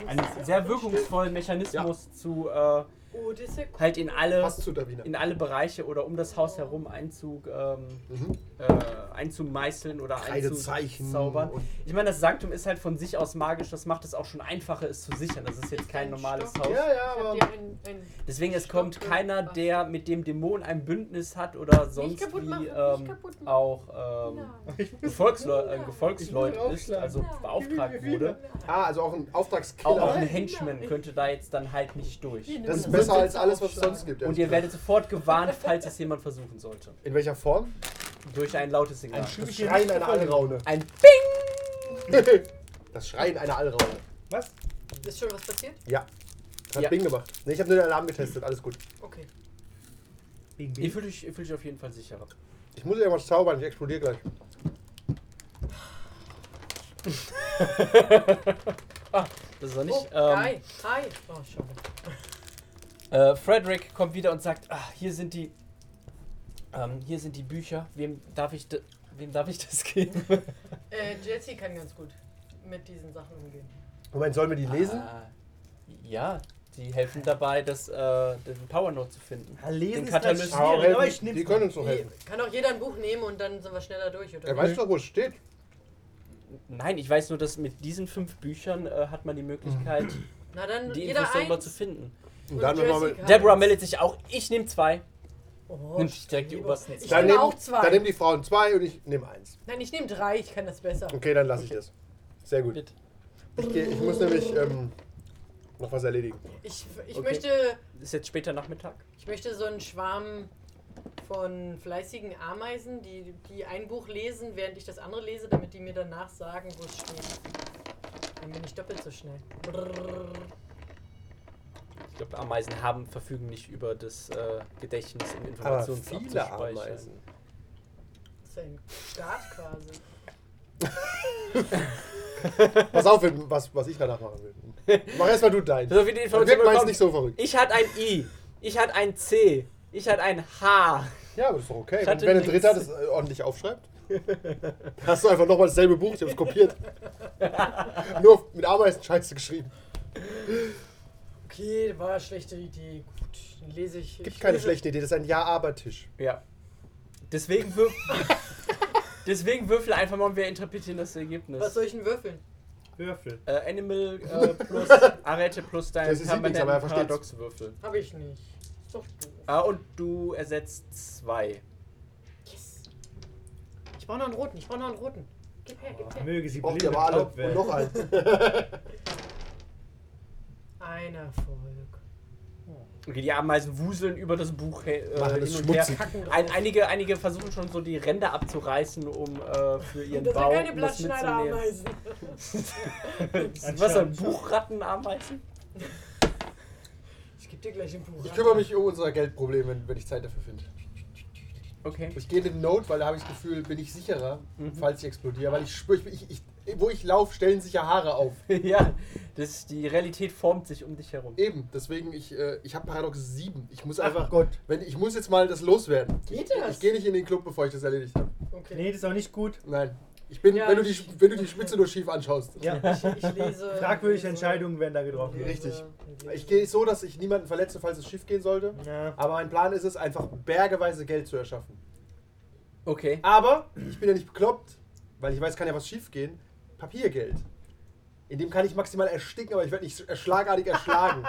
[SPEAKER 1] einen sehr wirkungsvollen Mechanismus zu äh,
[SPEAKER 4] Oh, das ist ja cool.
[SPEAKER 1] halt in alle,
[SPEAKER 2] Passt zu Davina.
[SPEAKER 1] in alle Bereiche oder um das Haus herum einzu, ähm,
[SPEAKER 2] Mhm.
[SPEAKER 1] äh, einzumeißeln oder
[SPEAKER 2] Kreidezeichen
[SPEAKER 1] einzuzaubern.
[SPEAKER 2] und-
[SPEAKER 1] Ich meine, das Sanktum ist halt von sich aus magisch. Das macht es auch schon einfacher, es zu sichern. Das ist jetzt kein
[SPEAKER 4] Ein
[SPEAKER 1] normales
[SPEAKER 4] Stock.
[SPEAKER 1] Haus.
[SPEAKER 2] Ja, ja,
[SPEAKER 4] Ich hab
[SPEAKER 2] aber.
[SPEAKER 4] dir ein, ein
[SPEAKER 1] Deswegen, es kommt
[SPEAKER 4] Stock-
[SPEAKER 1] keiner, der mit dem Dämon ein Bündnis hat oder sonst
[SPEAKER 4] kaputt machen,
[SPEAKER 1] wie
[SPEAKER 4] nicht
[SPEAKER 1] ähm,
[SPEAKER 4] kaputt machen. Genau.
[SPEAKER 1] auch ähm, Gefolgsle äh,
[SPEAKER 4] Nein.
[SPEAKER 1] Gefolgsleut
[SPEAKER 3] Ich will
[SPEAKER 1] ist,
[SPEAKER 3] aufschlagen.
[SPEAKER 1] also beauftragt wurde.
[SPEAKER 2] Ah, also auch ein
[SPEAKER 1] Auch,
[SPEAKER 2] Auftragskiller.
[SPEAKER 1] auch ein
[SPEAKER 4] Nein,
[SPEAKER 1] Henchman
[SPEAKER 4] nein.
[SPEAKER 1] könnte da jetzt dann halt nicht
[SPEAKER 4] Genau.
[SPEAKER 1] durch.
[SPEAKER 2] das ist besser als alles, was es sonst gibt. ja.
[SPEAKER 1] Und ihr werdet sofort gewarnt, falls es jemand versuchen sollte.
[SPEAKER 2] In welcher Form?
[SPEAKER 1] Durch ein lautes Signal.
[SPEAKER 3] Ein Schiff.
[SPEAKER 2] Das Schreien einer Allraune.
[SPEAKER 1] Ein Ping!
[SPEAKER 2] Das Schreien einer Allraune.
[SPEAKER 3] Was?
[SPEAKER 4] Ist schon was passiert?
[SPEAKER 2] Ja. Hat
[SPEAKER 1] Ja.
[SPEAKER 2] Bing gemacht. Nee, ich habe nur den Alarm getestet. Alles gut.
[SPEAKER 4] Okay.
[SPEAKER 3] Bing,
[SPEAKER 1] Ihr
[SPEAKER 3] bing.
[SPEAKER 1] fühlt euch, ihr fühlt euch auf jeden Fall sicherer.
[SPEAKER 2] Ich muss irgendwas zaubern. Ich explodiere gleich.
[SPEAKER 1] Ah, Das ist doch
[SPEAKER 4] Oh,
[SPEAKER 1] nicht. Ähm,
[SPEAKER 4] hi, hi. Oh, schade.
[SPEAKER 1] äh, Frederick kommt wieder und sagt: ah, Hier sind die. Ähm, hier sind die Bücher. Wem darf ich, d- wem darf ich das geben?
[SPEAKER 4] Äh, Jesse kann ganz gut mit diesen Sachen umgehen.
[SPEAKER 2] Moment, sollen wir die lesen?
[SPEAKER 1] Ah, ja, die helfen dabei, das, äh, den Power Note zu finden.
[SPEAKER 3] Ja, lesen
[SPEAKER 1] Den
[SPEAKER 3] ist das
[SPEAKER 1] Katalyst-
[SPEAKER 3] schwierig,
[SPEAKER 2] Aber
[SPEAKER 3] aber ich
[SPEAKER 2] helfen.
[SPEAKER 3] nehm's
[SPEAKER 2] Die
[SPEAKER 3] mal.
[SPEAKER 2] können uns noch helfen.
[SPEAKER 4] Die- Kann auch jeder ein Buch nehmen und dann sind wir schneller durch, oder?
[SPEAKER 2] Er weiß doch, wo es steht.
[SPEAKER 1] Nein, ich weiß nur, dass mit diesen fünf Büchern äh, hat man die Möglichkeit,
[SPEAKER 3] Mhm.
[SPEAKER 4] Na dann
[SPEAKER 1] die
[SPEAKER 4] jeder
[SPEAKER 1] Infos darüber
[SPEAKER 4] ein.
[SPEAKER 1] zu finden.
[SPEAKER 2] Und dann
[SPEAKER 4] Jesse
[SPEAKER 2] nochmal mit.
[SPEAKER 4] kann-
[SPEAKER 1] Deborah meldet sich auch. Ich nehme zwei.
[SPEAKER 4] Oh,
[SPEAKER 1] Nimmt sich direkt die
[SPEAKER 4] Lieber.
[SPEAKER 1] obersten
[SPEAKER 4] Ich
[SPEAKER 2] Dann
[SPEAKER 4] nehme
[SPEAKER 2] nehmen,
[SPEAKER 4] auch zwei.
[SPEAKER 2] dann nehmen die Frauen zwei und ich nehme eins.
[SPEAKER 4] Nein, ich nehme drei, ich kann das besser.
[SPEAKER 2] Okay, dann lasse ich das. Sehr gut.
[SPEAKER 1] Bitte.
[SPEAKER 2] Ich, geh, ich muss nämlich ähm, noch was erledigen.
[SPEAKER 4] Ich, ich,
[SPEAKER 1] Okay.
[SPEAKER 4] möchte,
[SPEAKER 1] Ist jetzt später Nachmittag.
[SPEAKER 4] ich möchte so einen Schwarm von fleißigen Ameisen, die, die ein Buch lesen, während ich das andere lese, damit die mir danach sagen, wo es steht. Dann bin ich doppelt so schnell. Brrrr.
[SPEAKER 1] Ich glaube, Ameisen haben verfügen nicht über das äh, Gedächtnis und Informationen abzuspeichern.
[SPEAKER 4] Das ist ein Start quasi.
[SPEAKER 2] Pass auf, wenn- was, was ich danach machen will. Mach erstmal du deins.
[SPEAKER 1] So, wie die
[SPEAKER 2] Dann
[SPEAKER 1] Information
[SPEAKER 2] wirkt meins
[SPEAKER 1] bekommen.
[SPEAKER 2] nicht so verrückt.
[SPEAKER 1] Ich hatte ein I. Ich hatte ein C. Ich hatte ein H.
[SPEAKER 2] Ja, aber das ist doch okay.
[SPEAKER 1] Ich
[SPEAKER 2] Wenn,
[SPEAKER 1] hatte
[SPEAKER 2] wenn ein
[SPEAKER 1] links-
[SPEAKER 2] Dritter das äh, ordentlich aufschreibt, hast du einfach nochmal dasselbe Buch, ich hab's kopiert. Nur mit Ameisen scheiße geschrieben.
[SPEAKER 4] Okay, war eine schlechte Idee. Gut, dann lese ich.
[SPEAKER 2] Gibt
[SPEAKER 4] ich
[SPEAKER 2] keine
[SPEAKER 4] lese-
[SPEAKER 2] schlechte Idee, das ist ein Ja-Aber-Tisch.
[SPEAKER 1] Ja. Deswegen würf Deswegen würfel einfach mal und wir interpretieren das Ergebnis.
[SPEAKER 4] Was soll ich denn würfeln?
[SPEAKER 3] Würfel.
[SPEAKER 1] Äh, Animal äh, plus Arete plus
[SPEAKER 2] Der
[SPEAKER 1] dein
[SPEAKER 2] sieht nichts, aber er
[SPEAKER 1] permanenten
[SPEAKER 2] versteht's.
[SPEAKER 1] Paradoxwürfel.
[SPEAKER 4] Habe ich nicht. Ist doch doof.
[SPEAKER 1] Ah, und du ersetzt zwei.
[SPEAKER 4] Yes. Ich brauche noch einen roten, ich brauche noch einen roten. Gib her, gib her.
[SPEAKER 3] Möge sie
[SPEAKER 2] Braucht
[SPEAKER 3] blind
[SPEAKER 2] ihr mal alle
[SPEAKER 3] taub
[SPEAKER 2] und äh,
[SPEAKER 3] werden.
[SPEAKER 2] noch einen.
[SPEAKER 4] Ein Erfolg.
[SPEAKER 1] Okay, die Ameisen wuseln über das Buch he- äh,
[SPEAKER 2] Machen es
[SPEAKER 1] hin und her.
[SPEAKER 2] schmutzig.
[SPEAKER 4] Kacken drauf.
[SPEAKER 1] Ein, einige, einige versuchen schon so die Ränder abzureißen, um äh, für ihren
[SPEAKER 4] das
[SPEAKER 1] Bau
[SPEAKER 4] sind keine
[SPEAKER 1] um das mitzunehmen.
[SPEAKER 4] Blattschneiderameisen.
[SPEAKER 1] Sind Was ein Buchrattenameisen?
[SPEAKER 4] Ich gebe dir gleich ein Buch.
[SPEAKER 2] Ich kümmere mich um unser Geldproblem, wenn, wenn ich Zeit dafür finde.
[SPEAKER 1] Okay.
[SPEAKER 2] Ich gehe in den Note, weil da habe ich das Gefühl, bin ich sicherer, falls ich explodiere. Weil ich spüre, ich, ich, ich, wo ich laufe, stellen sich ja Haare auf.
[SPEAKER 1] ja, das, die Realität formt sich um dich herum.
[SPEAKER 2] Eben, deswegen, ich, äh, ich habe Paradox 7. Ich muss einfach,
[SPEAKER 3] Gott.
[SPEAKER 2] wenn, ich muss jetzt mal das loswerden. ich
[SPEAKER 4] Geht das?
[SPEAKER 2] ich gehe nicht in den Club, bevor ich das erledigt habe.
[SPEAKER 4] Okay.
[SPEAKER 3] Nee, das ist auch nicht gut.
[SPEAKER 2] Nein. Ich bin,
[SPEAKER 4] Ja,
[SPEAKER 2] wenn, du
[SPEAKER 4] ich-
[SPEAKER 2] die, wenn du die Spitze nur schief anschaust.
[SPEAKER 3] Ja.
[SPEAKER 4] Ich, ich lese.
[SPEAKER 3] Fragwürdige
[SPEAKER 4] lese-
[SPEAKER 3] Entscheidungen werden da getroffen.
[SPEAKER 4] lese-
[SPEAKER 2] Richtig.
[SPEAKER 4] lese-
[SPEAKER 2] Ich gehe so, dass ich niemanden verletze, falls es schief gehen sollte.
[SPEAKER 3] Ja.
[SPEAKER 2] Aber mein Plan ist es, einfach bergeweise Geld zu erschaffen.
[SPEAKER 1] Okay.
[SPEAKER 2] Aber ich bin ja nicht bekloppt, weil ich weiß, kann ja was schief gehen. Papiergeld. In dem kann ich maximal ersticken, aber ich werde nicht schlagartig erschlagen.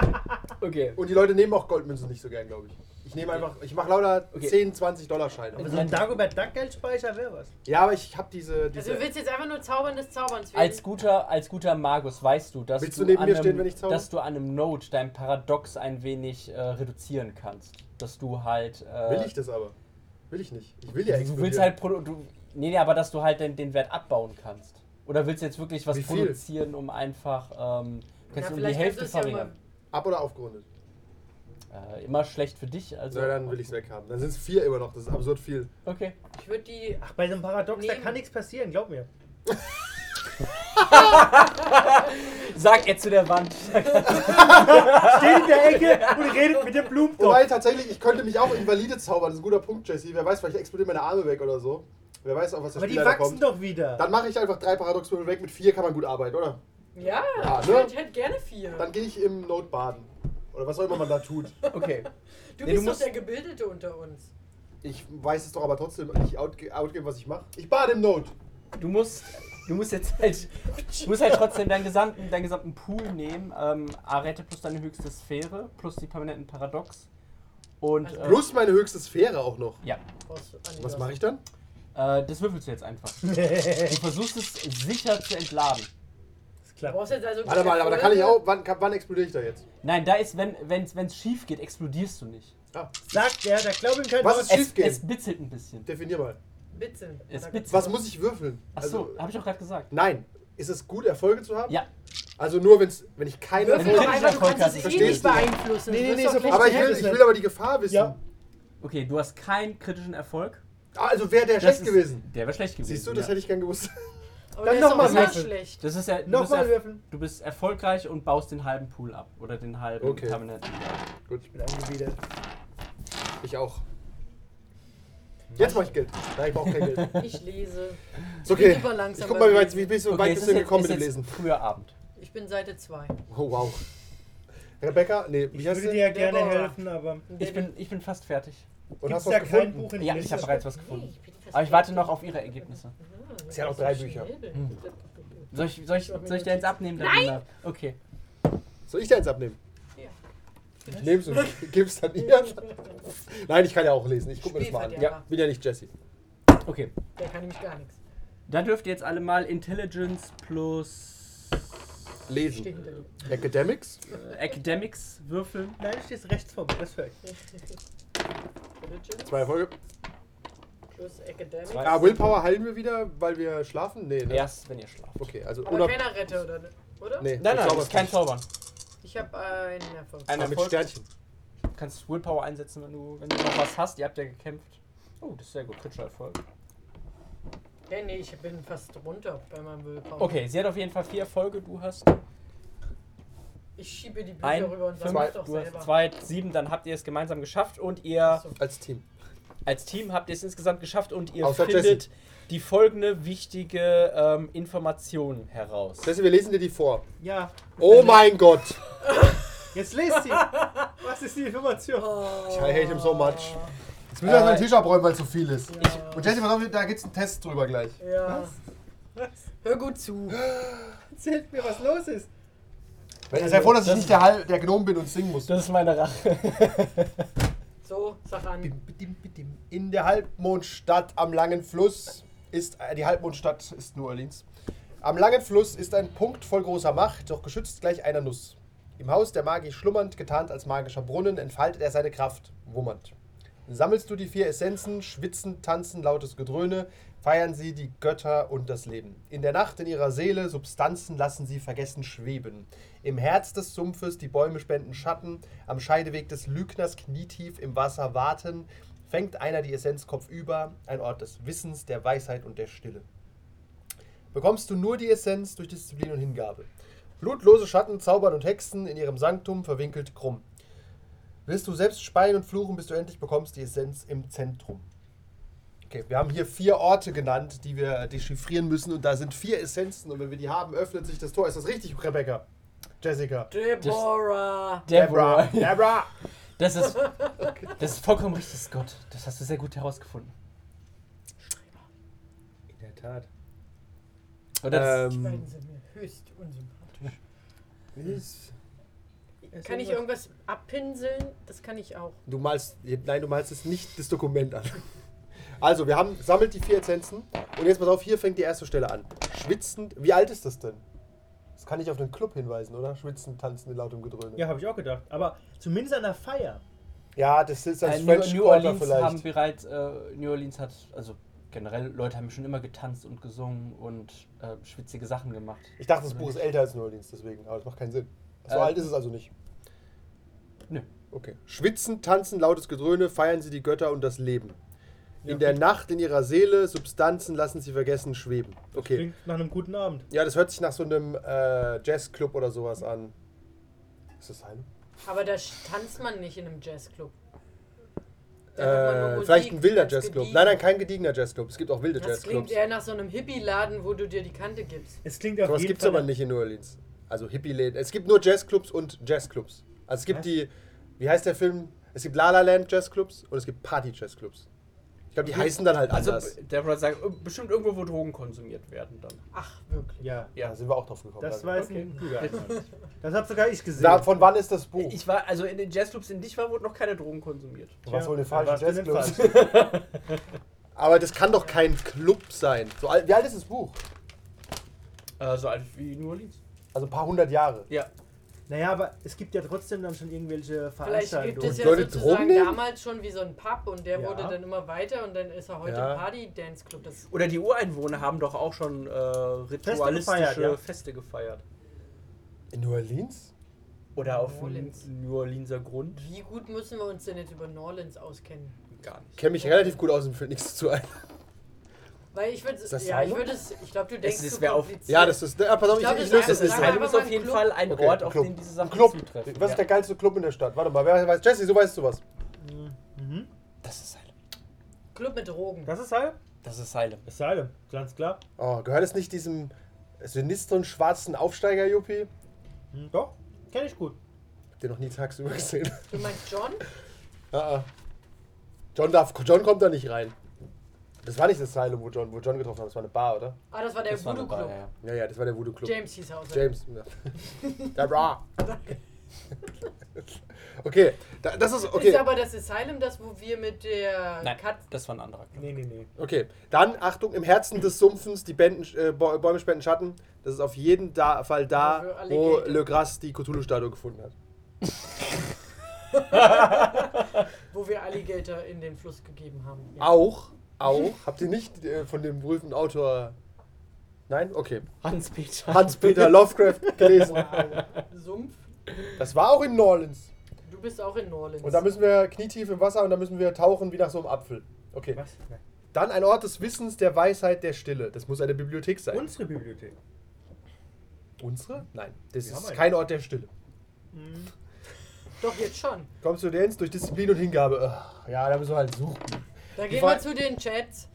[SPEAKER 1] Okay.
[SPEAKER 2] Und die Leute nehmen auch Goldmünzen nicht so gern, glaube ich. Ich nehme einfach, ich mache lauter
[SPEAKER 1] Okay.
[SPEAKER 2] 10, 20 Dollar Scheine.
[SPEAKER 3] Aber so Also ein Dagobert Duck Geldspeicher wäre was.
[SPEAKER 2] Ja, aber ich habe diese, diese
[SPEAKER 4] Also, du willst jetzt einfach nur Zaubern des Zauberns wählen?
[SPEAKER 1] Als guter, als guter Magus weißt du, dass
[SPEAKER 2] Willst du neben
[SPEAKER 1] an
[SPEAKER 2] mir
[SPEAKER 1] einem,
[SPEAKER 2] stehen, wenn ich zauber?
[SPEAKER 1] dass du an einem Note dein Paradox ein wenig äh, reduzieren kannst, dass du halt äh,
[SPEAKER 2] Will ich das aber? Will ich nicht. Ich will ja
[SPEAKER 1] du willst
[SPEAKER 2] explodieren.
[SPEAKER 1] halt produ du, nee, nee, aber dass du halt den, den Wert abbauen kannst. Oder willst du jetzt wirklich was
[SPEAKER 2] Wie viel?
[SPEAKER 1] produzieren, um einfach ähm, kannst
[SPEAKER 4] Na,
[SPEAKER 1] du um die
[SPEAKER 4] vielleicht kannst du
[SPEAKER 1] Hälfte
[SPEAKER 4] es ja
[SPEAKER 1] verringern?
[SPEAKER 2] Ab oder aufgerundet?
[SPEAKER 1] äh, immer schlecht für dich, also
[SPEAKER 2] Na, dann will ich es weghaben. Dann sind es vier immer noch. Das ist absurd viel.
[SPEAKER 1] Okay.
[SPEAKER 4] mal- Ich würde die.
[SPEAKER 3] Ach, bei so einem Paradox, da
[SPEAKER 4] Nee.
[SPEAKER 3] kann nichts passieren, glaub mir.
[SPEAKER 1] Sag er zu der Wand.
[SPEAKER 3] Steht in der Ecke und redet mit dem Blumentopf.
[SPEAKER 2] Wobei tatsächlich, ich könnte mich auch invalide zaubern. Das ist ein guter Punkt, Jesse. Wer weiß, vielleicht explodieren meine Arme weg oder so. Wer weiß auch, was der
[SPEAKER 3] Aber die
[SPEAKER 2] Spieler da
[SPEAKER 3] wachsen
[SPEAKER 2] kommt.
[SPEAKER 3] doch wieder.
[SPEAKER 2] Dann mache ich einfach drei Paradoxwürfel weg. Mit vier kann man gut arbeiten, oder?
[SPEAKER 4] Ja,
[SPEAKER 2] Ja,
[SPEAKER 4] ich
[SPEAKER 2] ne?
[SPEAKER 4] hätte hätte gerne vier.
[SPEAKER 2] Dann gehe ich im Note baden. Oder was auch immer man da tut.
[SPEAKER 1] Okay.
[SPEAKER 4] du
[SPEAKER 1] nee,
[SPEAKER 4] bist
[SPEAKER 1] du
[SPEAKER 4] doch
[SPEAKER 1] musst-
[SPEAKER 4] der Gebildete unter uns.
[SPEAKER 2] Ich weiß es doch aber trotzdem nicht outge- outgeben, was ich mache. Ich bade im Note.
[SPEAKER 1] Du musst du musst jetzt halt du musst halt trotzdem deinen gesamten deinen gesamten Pool nehmen, ähm, Arete plus deine höchste Sphäre plus die permanenten Paradox und äh,
[SPEAKER 2] Plus meine höchste Sphäre auch noch.
[SPEAKER 1] ja,
[SPEAKER 4] Brauchst du- ah, nee,
[SPEAKER 2] Was
[SPEAKER 4] du
[SPEAKER 2] mache
[SPEAKER 4] hast-
[SPEAKER 2] ich dann?
[SPEAKER 1] äh, das würfelst du jetzt einfach. Du
[SPEAKER 3] das
[SPEAKER 1] versuchst es sicher zu entladen.
[SPEAKER 4] Du
[SPEAKER 3] klappt.
[SPEAKER 4] brauchst jetzt also.
[SPEAKER 2] Warte mal, aber da kann ich auch. Wann, wann explodiere ich da jetzt?
[SPEAKER 1] Nein, da ist, wenn es wenn's schief geht, explodierst du nicht.
[SPEAKER 2] Ah,
[SPEAKER 3] Sagt er, da glaubt ihm kein
[SPEAKER 2] Was
[SPEAKER 3] Wort.
[SPEAKER 2] ist-
[SPEAKER 1] Es,
[SPEAKER 2] Schief geht.
[SPEAKER 1] es bitzelt ein bisschen.
[SPEAKER 2] definier mal.
[SPEAKER 4] Bitte.
[SPEAKER 1] Es
[SPEAKER 4] Sag-
[SPEAKER 1] bitzelt.
[SPEAKER 2] Was muss ich würfeln? Also,
[SPEAKER 1] Achso, hab ich doch gerade gesagt.
[SPEAKER 2] Nein. Ist es gut, Erfolge zu haben?
[SPEAKER 1] Ja,
[SPEAKER 2] Also nur, wenn's, wenn ich keine
[SPEAKER 4] Würfel doch
[SPEAKER 1] Wenn du
[SPEAKER 2] Erfolge
[SPEAKER 1] nicht
[SPEAKER 4] einfach, du
[SPEAKER 1] Erfolg
[SPEAKER 4] kannst es
[SPEAKER 1] hast,
[SPEAKER 4] eh nicht
[SPEAKER 2] verstehst du.
[SPEAKER 4] beeinflussen.
[SPEAKER 3] Nee,
[SPEAKER 4] Du
[SPEAKER 3] nee,
[SPEAKER 4] wirst
[SPEAKER 3] nee,
[SPEAKER 4] doch
[SPEAKER 3] so-
[SPEAKER 4] nicht-
[SPEAKER 2] Aber ich
[SPEAKER 3] Richtig,
[SPEAKER 2] will, ich
[SPEAKER 3] Henderson.
[SPEAKER 2] will aber die Gefahr wissen.
[SPEAKER 3] Ja.
[SPEAKER 1] okay, du hast keinen kritischen Erfolg.
[SPEAKER 2] Ah, Also wäre der
[SPEAKER 1] Das
[SPEAKER 2] schlecht
[SPEAKER 1] ist-
[SPEAKER 2] gewesen.
[SPEAKER 1] Der wäre schlecht gewesen.
[SPEAKER 2] Siehst du, das
[SPEAKER 1] ja.
[SPEAKER 2] hätte ich gern gewusst.
[SPEAKER 4] Aber
[SPEAKER 3] Dann
[SPEAKER 4] der ist
[SPEAKER 3] noch mal
[SPEAKER 4] doch immer
[SPEAKER 3] würfeln.
[SPEAKER 4] schlecht.
[SPEAKER 1] Das ist ja. Du bist,
[SPEAKER 3] Nochmal
[SPEAKER 1] erf-
[SPEAKER 3] würfeln.
[SPEAKER 1] du bist erfolgreich und baust den halben Pool ab. Oder den halben
[SPEAKER 2] Okay.
[SPEAKER 1] permanenten.
[SPEAKER 2] Gut,
[SPEAKER 3] Bin angewidert.
[SPEAKER 2] ich auch. Jetzt mach ich Geld. Nein, ich brauche kein Geld.
[SPEAKER 4] Ich lese.
[SPEAKER 2] Ist okay.
[SPEAKER 4] Lieber langsam
[SPEAKER 2] Ich guck mal, wie
[SPEAKER 4] beim
[SPEAKER 2] weit, wie bist du, weit
[SPEAKER 1] es ist
[SPEAKER 2] bist du denn
[SPEAKER 1] jetzt-
[SPEAKER 2] gekommen
[SPEAKER 1] ist
[SPEAKER 2] mit dem
[SPEAKER 1] jetzt
[SPEAKER 2] Lesen?
[SPEAKER 1] Früher Abend.
[SPEAKER 4] Ich bin Seite 2.
[SPEAKER 2] Oh, wow. Rebecca, nee,
[SPEAKER 3] Ich
[SPEAKER 2] wie heißt
[SPEAKER 3] würde dir
[SPEAKER 2] sie?
[SPEAKER 3] ja gerne
[SPEAKER 4] Deborah.
[SPEAKER 3] helfen, aber.
[SPEAKER 1] Ich bin, ich bin fast fertig.
[SPEAKER 2] Und
[SPEAKER 3] Gibt's
[SPEAKER 2] hast
[SPEAKER 3] da
[SPEAKER 2] was
[SPEAKER 3] kein
[SPEAKER 2] gefunden?
[SPEAKER 3] Buch in
[SPEAKER 1] Ja,
[SPEAKER 3] Liste?
[SPEAKER 1] ich habe bereits was gefunden. Aber ich warte noch auf ihre Ergebnisse.
[SPEAKER 2] Sie hat auch drei Bücher.
[SPEAKER 1] Soll ich, soll ich, soll ich dir eins abnehmen? Nein! Okay.
[SPEAKER 2] Soll ich dir eins abnehmen?
[SPEAKER 4] Ja.
[SPEAKER 2] Ich nehm's und gib's dann ihr. Nein, ich kann ja auch lesen. Ich guck mir das mal an.
[SPEAKER 4] Spielverderber.
[SPEAKER 2] Ja, bin ja nicht Jesse.
[SPEAKER 1] Okay.
[SPEAKER 4] Der kann nämlich gar nichts.
[SPEAKER 1] Dann dürft ihr jetzt alle mal Intelligence plus
[SPEAKER 4] Steht
[SPEAKER 2] Lesen.
[SPEAKER 4] hinter dir.
[SPEAKER 2] Academics?
[SPEAKER 1] äh, Academics würfeln.
[SPEAKER 3] Nein, du stehst rechts vor mir, das höre ich.
[SPEAKER 4] Religion
[SPEAKER 2] Zwei Erfolge.
[SPEAKER 4] plus Academic.
[SPEAKER 1] Zwei.
[SPEAKER 2] Ah, Willpower heilen wir wieder, weil wir schlafen? Nee, ne?
[SPEAKER 1] Erst, wenn ihr schlaft.
[SPEAKER 2] Okay, also
[SPEAKER 4] Aber
[SPEAKER 2] unab-
[SPEAKER 4] keiner Rette, oder? oder?
[SPEAKER 2] Nee,
[SPEAKER 1] Nein,
[SPEAKER 2] ich
[SPEAKER 1] nein,
[SPEAKER 2] glaube,
[SPEAKER 1] das ist kein
[SPEAKER 2] nicht.
[SPEAKER 1] Zaubern.
[SPEAKER 4] Ich habe einen Erfolg.
[SPEAKER 1] Ein
[SPEAKER 2] Ah, mit
[SPEAKER 1] Erfolg.
[SPEAKER 2] Sternchen.
[SPEAKER 1] Du kannst Willpower einsetzen, wenn du, wenn du noch was hast. Ihr habt ja gekämpft. Oh, das ist sehr gut. Kritischer Erfolg.
[SPEAKER 4] Nee, nee, ich bin fast runter bei meinem Willpower.
[SPEAKER 1] Okay, sie hat auf jeden Fall vier Erfolge. Du hast
[SPEAKER 4] Ich schiebe die Bücher
[SPEAKER 1] ein,
[SPEAKER 4] rüber und
[SPEAKER 1] fünf,
[SPEAKER 4] sammle es doch
[SPEAKER 1] du hast
[SPEAKER 4] selber.
[SPEAKER 1] zwei, sieben. Dann habt ihr es gemeinsam geschafft und ihr
[SPEAKER 4] Achso.
[SPEAKER 2] Als Team.
[SPEAKER 1] als Team habt ihr es insgesamt geschafft und ihr
[SPEAKER 2] Außer
[SPEAKER 1] findet die folgende wichtige ähm, Information heraus.
[SPEAKER 2] Jesse, wir lesen dir die vor.
[SPEAKER 3] Ja.
[SPEAKER 2] Oh mein Gott!
[SPEAKER 3] Jetzt lest sie! Oh. Was ist die Information?
[SPEAKER 2] Ich hate him so much. Jetzt müssen wir
[SPEAKER 1] Äh,
[SPEAKER 2] erstmal den Tisch abräumen, weil es so viel ist.
[SPEAKER 4] Ja.
[SPEAKER 2] Und Jesse, pass auf, da gibt's einen Test drüber gleich.
[SPEAKER 4] ja.
[SPEAKER 3] Was?
[SPEAKER 4] Hör gut zu.
[SPEAKER 3] Erzählt mir, was los ist.
[SPEAKER 2] Ich bin sehr froh, dass ich nicht der, Hal der Gnom bin und singen muss.
[SPEAKER 1] Das ist meine Rache.
[SPEAKER 4] So, sag an.
[SPEAKER 2] Bim, bidim, bidim. In der Halbmondstadt am langen Fluss ist äh, die Halbmondstadt ist New Orleans. Am langen Fluss ist ein Punkt voll großer Macht, doch geschützt gleich einer Nuss. Im Haus der Magie schlummernd, getarnt als magischer Brunnen, entfaltet er seine Kraft, wummernd. Sammelst du die vier Essenzen, schwitzen, tanzen, lautes Gedröhne, feiern sie die Götter und das Leben. In der Nacht in ihrer Seele Substanzen lassen sie vergessen schweben. Im Herz des Sumpfes die Bäume spenden Schatten, am Scheideweg des Lügners knietief im Wasser warten, fängt einer die Essenz kopfüber, ein Ort des Wissens, der Weisheit und der Stille bekommst du nur die Essenz durch Disziplin und Hingabe. Blutlose Schatten zaubern und Hexen in ihrem Sanktum verwinkelt krumm. Willst du selbst speien und fluchen, bis du endlich bekommst die Essenz im Zentrum. Okay, wir haben hier vier Orte genannt, die wir äh, dechiffrieren müssen und da sind vier Essenzen und wenn wir die haben, öffnet sich das Tor. Ist das richtig, Rebecca? Jessica?
[SPEAKER 4] Deborah!
[SPEAKER 1] Deborah.
[SPEAKER 2] Deborah!
[SPEAKER 1] Das ist, das ist vollkommen richtig, Scott. Das hast du sehr gut herausgefunden.
[SPEAKER 3] In der Tat.
[SPEAKER 1] Oder das-
[SPEAKER 4] Die beiden
[SPEAKER 2] Ähm,
[SPEAKER 4] sind mir höchst unsympathisch.
[SPEAKER 3] Ist Also
[SPEAKER 4] Kann ich irgendwas abpinseln? Das kann ich auch.
[SPEAKER 2] Du malst, nein, du malst es nicht das Dokument an. Also, wir haben, sammelt die vier Essenzen und jetzt pass auf, hier fängt die erste Stelle an. Schwitzend, wie alt ist das denn? Das kann nicht auf den Club hinweisen, oder? Schwitzend, tanzen in lautem Gedröhne.
[SPEAKER 3] Ja, habe ich auch gedacht. Aber zumindest an der Feier.
[SPEAKER 2] Ja, das ist das
[SPEAKER 1] äh, New,
[SPEAKER 2] French
[SPEAKER 1] New
[SPEAKER 2] Quarter
[SPEAKER 1] Orleans
[SPEAKER 2] vielleicht.
[SPEAKER 1] haben bereits, äh, New Orleans hat, also generell, Leute haben schon immer getanzt und gesungen und äh, schwitzige Sachen gemacht.
[SPEAKER 2] ich dachte, das Buch ist älter als New Orleans, deswegen, aber das macht keinen Sinn. So
[SPEAKER 1] Ähm.
[SPEAKER 2] alt ist es also nicht.
[SPEAKER 1] Nö.
[SPEAKER 2] Okay. Schwitzend, tanzen, lautes Gedröhne, feiern sie die Götter und das Leben. In
[SPEAKER 3] Ja,
[SPEAKER 2] der
[SPEAKER 3] gut.
[SPEAKER 2] Nacht in ihrer Seele, Substanzen lassen sie vergessen, schweben. Okay.
[SPEAKER 3] Klingt nach einem guten Abend.
[SPEAKER 2] Ja, das hört sich nach so einem äh, Jazzclub oder sowas an. Äh, Ist das Heim?
[SPEAKER 4] Aber da tanzt man nicht in einem Jazzclub. Da hört man nur
[SPEAKER 2] Äh,
[SPEAKER 4] Musik,
[SPEAKER 2] vielleicht ein wilder
[SPEAKER 4] ganz
[SPEAKER 2] Jazzclub.
[SPEAKER 4] gediegen.
[SPEAKER 2] Nein, nein, kein gediegener Jazzclub. Es gibt auch wilde
[SPEAKER 4] Das klingt
[SPEAKER 2] Jazzclubs.
[SPEAKER 4] eher nach so einem Hippie-Laden, wo du dir die Kante gibst.
[SPEAKER 3] Es klingt auf
[SPEAKER 2] Sowas
[SPEAKER 3] jeden
[SPEAKER 2] gibt es
[SPEAKER 3] Fall
[SPEAKER 2] aber nicht in New Orleans. Also Hippie-Läden. Es gibt nur Jazzclubs und Jazzclubs. Also es gibt
[SPEAKER 3] Was?
[SPEAKER 2] die, wie heißt der Film? Es gibt La La Land Jazzclubs und es gibt Party Jazzclubs. Ich glaube, die heißen dann halt
[SPEAKER 1] Also,
[SPEAKER 2] anders.
[SPEAKER 1] Deborah sagt, äh, bestimmt irgendwo, wo Drogen konsumiert werden dann.
[SPEAKER 4] Ach, wirklich.
[SPEAKER 3] Ja,
[SPEAKER 2] Ja, sind wir auch drauf gekommen.
[SPEAKER 3] das
[SPEAKER 2] danke.
[SPEAKER 3] war jetzt
[SPEAKER 1] Okay.
[SPEAKER 3] ein guter Einwand. Das hab sogar ich gesehen.
[SPEAKER 2] Na, Also, von wann ist das Buch?
[SPEAKER 1] Ich war, also in den Jazzclubs, in die ich war, wurde noch keine Drogen konsumiert.
[SPEAKER 2] Du warst wohl in den
[SPEAKER 3] Tja,
[SPEAKER 2] falschen
[SPEAKER 3] dann warst
[SPEAKER 2] Jazzclubs.
[SPEAKER 3] du in den
[SPEAKER 2] Aber das kann doch kein Club sein. So alt, wie alt ist das Buch?
[SPEAKER 1] Äh, so alt wie New Orleans.
[SPEAKER 2] Also ein paar hundert Jahre.
[SPEAKER 1] Ja.
[SPEAKER 3] Naja, aber es gibt ja trotzdem dann schon irgendwelche
[SPEAKER 4] Vielleicht gibt es
[SPEAKER 3] Veranstaltungen.
[SPEAKER 4] ja
[SPEAKER 2] Leute Drogen
[SPEAKER 4] sozusagen
[SPEAKER 2] nehmen?
[SPEAKER 4] damals schon wie so ein Pub und der
[SPEAKER 3] Ja.
[SPEAKER 4] wurde dann immer weiter und dann ist er heute
[SPEAKER 2] Ja.
[SPEAKER 4] ein Party-Dance-Club. Das-
[SPEAKER 1] Oder die Ureinwohner haben doch auch schon äh, ritualistische Feste
[SPEAKER 3] gefeiert,
[SPEAKER 1] gefeiert.
[SPEAKER 3] ja.
[SPEAKER 2] In New Orleans?
[SPEAKER 1] Oder auf
[SPEAKER 4] New Orleans.
[SPEAKER 1] New Orleanser Grund?
[SPEAKER 4] Wie gut müssen wir uns denn jetzt über Norlands auskennen?
[SPEAKER 1] Gar nicht.
[SPEAKER 2] Ich kenne mich relativ gut aus und finde nichts zu ein.
[SPEAKER 4] Weil ich würde
[SPEAKER 2] Ist das
[SPEAKER 4] ja, ich
[SPEAKER 2] Silo?
[SPEAKER 4] würde es, ich glaube, du denkst
[SPEAKER 1] ist-
[SPEAKER 4] zu
[SPEAKER 1] wär auf-
[SPEAKER 4] kompliziert.
[SPEAKER 2] Ja, das ist. Ja, pass auf,
[SPEAKER 4] Ich
[SPEAKER 2] ich,
[SPEAKER 4] glaub,
[SPEAKER 2] ich,
[SPEAKER 4] das
[SPEAKER 2] löse
[SPEAKER 1] Das
[SPEAKER 4] ist
[SPEAKER 2] das
[SPEAKER 1] ist
[SPEAKER 2] jetzt.
[SPEAKER 4] einfach
[SPEAKER 1] Heim
[SPEAKER 4] mal
[SPEAKER 1] ist Also auf
[SPEAKER 4] ein
[SPEAKER 1] jeden
[SPEAKER 4] Club.
[SPEAKER 1] Fall ein
[SPEAKER 2] Okay,
[SPEAKER 1] Ort, auf
[SPEAKER 2] Club.
[SPEAKER 1] den diese Sachen
[SPEAKER 2] Club.
[SPEAKER 1] zutreffen.
[SPEAKER 2] Was
[SPEAKER 1] ja.
[SPEAKER 2] ist der geilste Club in der Stadt? Warte mal, wer weiß? Jesse, so weißt du was.
[SPEAKER 3] Mhm.
[SPEAKER 1] Das ist Salem.
[SPEAKER 4] Club mit Drogen.
[SPEAKER 3] Das ist Salem?
[SPEAKER 1] Das ist Salem.
[SPEAKER 3] Das ist Salem, ganz klar.
[SPEAKER 2] Oh, gehört es nicht diesem sinisteren schwarzen Aufsteiger-Juppie?
[SPEAKER 3] Hm, doch, kenne ich gut.
[SPEAKER 2] Hab Den noch nie tagsüber gesehen.
[SPEAKER 4] Du meinst John?
[SPEAKER 2] Ah, ah. John, darf, John kommt da nicht rein. Das war nicht das Asylum, wo John, wo John getroffen hat. Das war eine Bar, oder?
[SPEAKER 4] Ah, das war der
[SPEAKER 1] Das war eine Bar,
[SPEAKER 4] Voodoo-Club.
[SPEAKER 1] ja.
[SPEAKER 2] Ja, ja, das war der Voodoo-Club.
[SPEAKER 4] James hieß er. außerdem.
[SPEAKER 2] James. Ja. der Bra. Okay, da, das ist okay.
[SPEAKER 4] Ist aber das Asylum das, wo wir mit der
[SPEAKER 1] Nein,
[SPEAKER 4] Kat
[SPEAKER 1] das war ein anderer Club.
[SPEAKER 3] Nee, nee, nee.
[SPEAKER 2] Okay, dann Achtung, im Herzen des Sumpfens, die Bänden, äh, Bä- Bäume spenden Schatten. Das ist auf jeden da Fall da,
[SPEAKER 4] Ja, für alle
[SPEAKER 2] wo
[SPEAKER 4] Gegner.
[SPEAKER 2] Le Gras die Cthulhu-Statue gefunden hat.
[SPEAKER 4] wo wir Alligator in den Fluss gegeben haben. Ja.
[SPEAKER 2] Auch, auch, habt ihr nicht äh, von dem berühmten Autor. Nein? Okay.
[SPEAKER 1] Hans-Peter.
[SPEAKER 2] Hans-Peter Lovecraft gelesen.
[SPEAKER 4] Sumpf.
[SPEAKER 2] Das war auch in New Orleans.
[SPEAKER 4] Du bist auch in Norlands.
[SPEAKER 2] Und da müssen wir knietief im Wasser und da müssen wir tauchen wie nach so einem Apfel. Okay.
[SPEAKER 3] Was? Nein.
[SPEAKER 2] Dann ein Ort des Wissens, der Weisheit, der Stille. Das muss eine Bibliothek sein.
[SPEAKER 3] Unsere Bibliothek.
[SPEAKER 2] Unsere? Nein. Das
[SPEAKER 3] Wir haben
[SPEAKER 2] ist
[SPEAKER 3] eine.
[SPEAKER 2] kein Ort der Stille.
[SPEAKER 3] Mhm.
[SPEAKER 4] Doch, jetzt schon.
[SPEAKER 2] Kommst du denn durch Disziplin und Hingabe? Ugh, Ja, da müssen wir halt suchen.
[SPEAKER 4] Da
[SPEAKER 2] Die
[SPEAKER 4] gehen
[SPEAKER 2] Fra-
[SPEAKER 4] wir zu den Chats.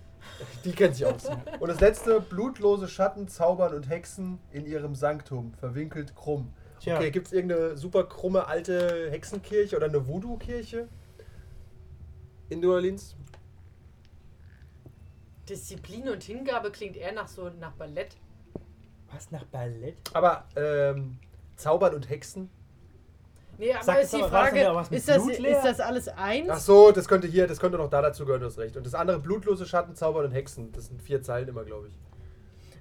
[SPEAKER 2] Die kennt sich aus. Und das letzte, blutlose Schatten zaubern und Hexen in ihrem Sanktum, verwinkelt krumm.
[SPEAKER 3] Tja.
[SPEAKER 2] Okay, gibt es irgendeine super krumme alte Hexenkirche oder eine Voodoo-Kirche in New Orleans?
[SPEAKER 4] Disziplin und Hingabe klingt eher nach so nach Ballett.
[SPEAKER 3] Was nach Ballett?
[SPEAKER 2] Aber ähm, zaubern und Hexen?
[SPEAKER 4] Nee, aber
[SPEAKER 3] Sag
[SPEAKER 4] ist
[SPEAKER 3] das
[SPEAKER 4] die
[SPEAKER 3] aber, war das denn da
[SPEAKER 4] Frage,
[SPEAKER 3] was mit
[SPEAKER 4] ist das,
[SPEAKER 3] Blut leer?
[SPEAKER 4] ist das alles eins?
[SPEAKER 2] Ach so, das könnte hier, das könnte noch da dazu gehören, du hast recht. Und das andere, blutlose Schatten, zaubern und Hexen. Das sind vier Zeilen immer, glaube ich.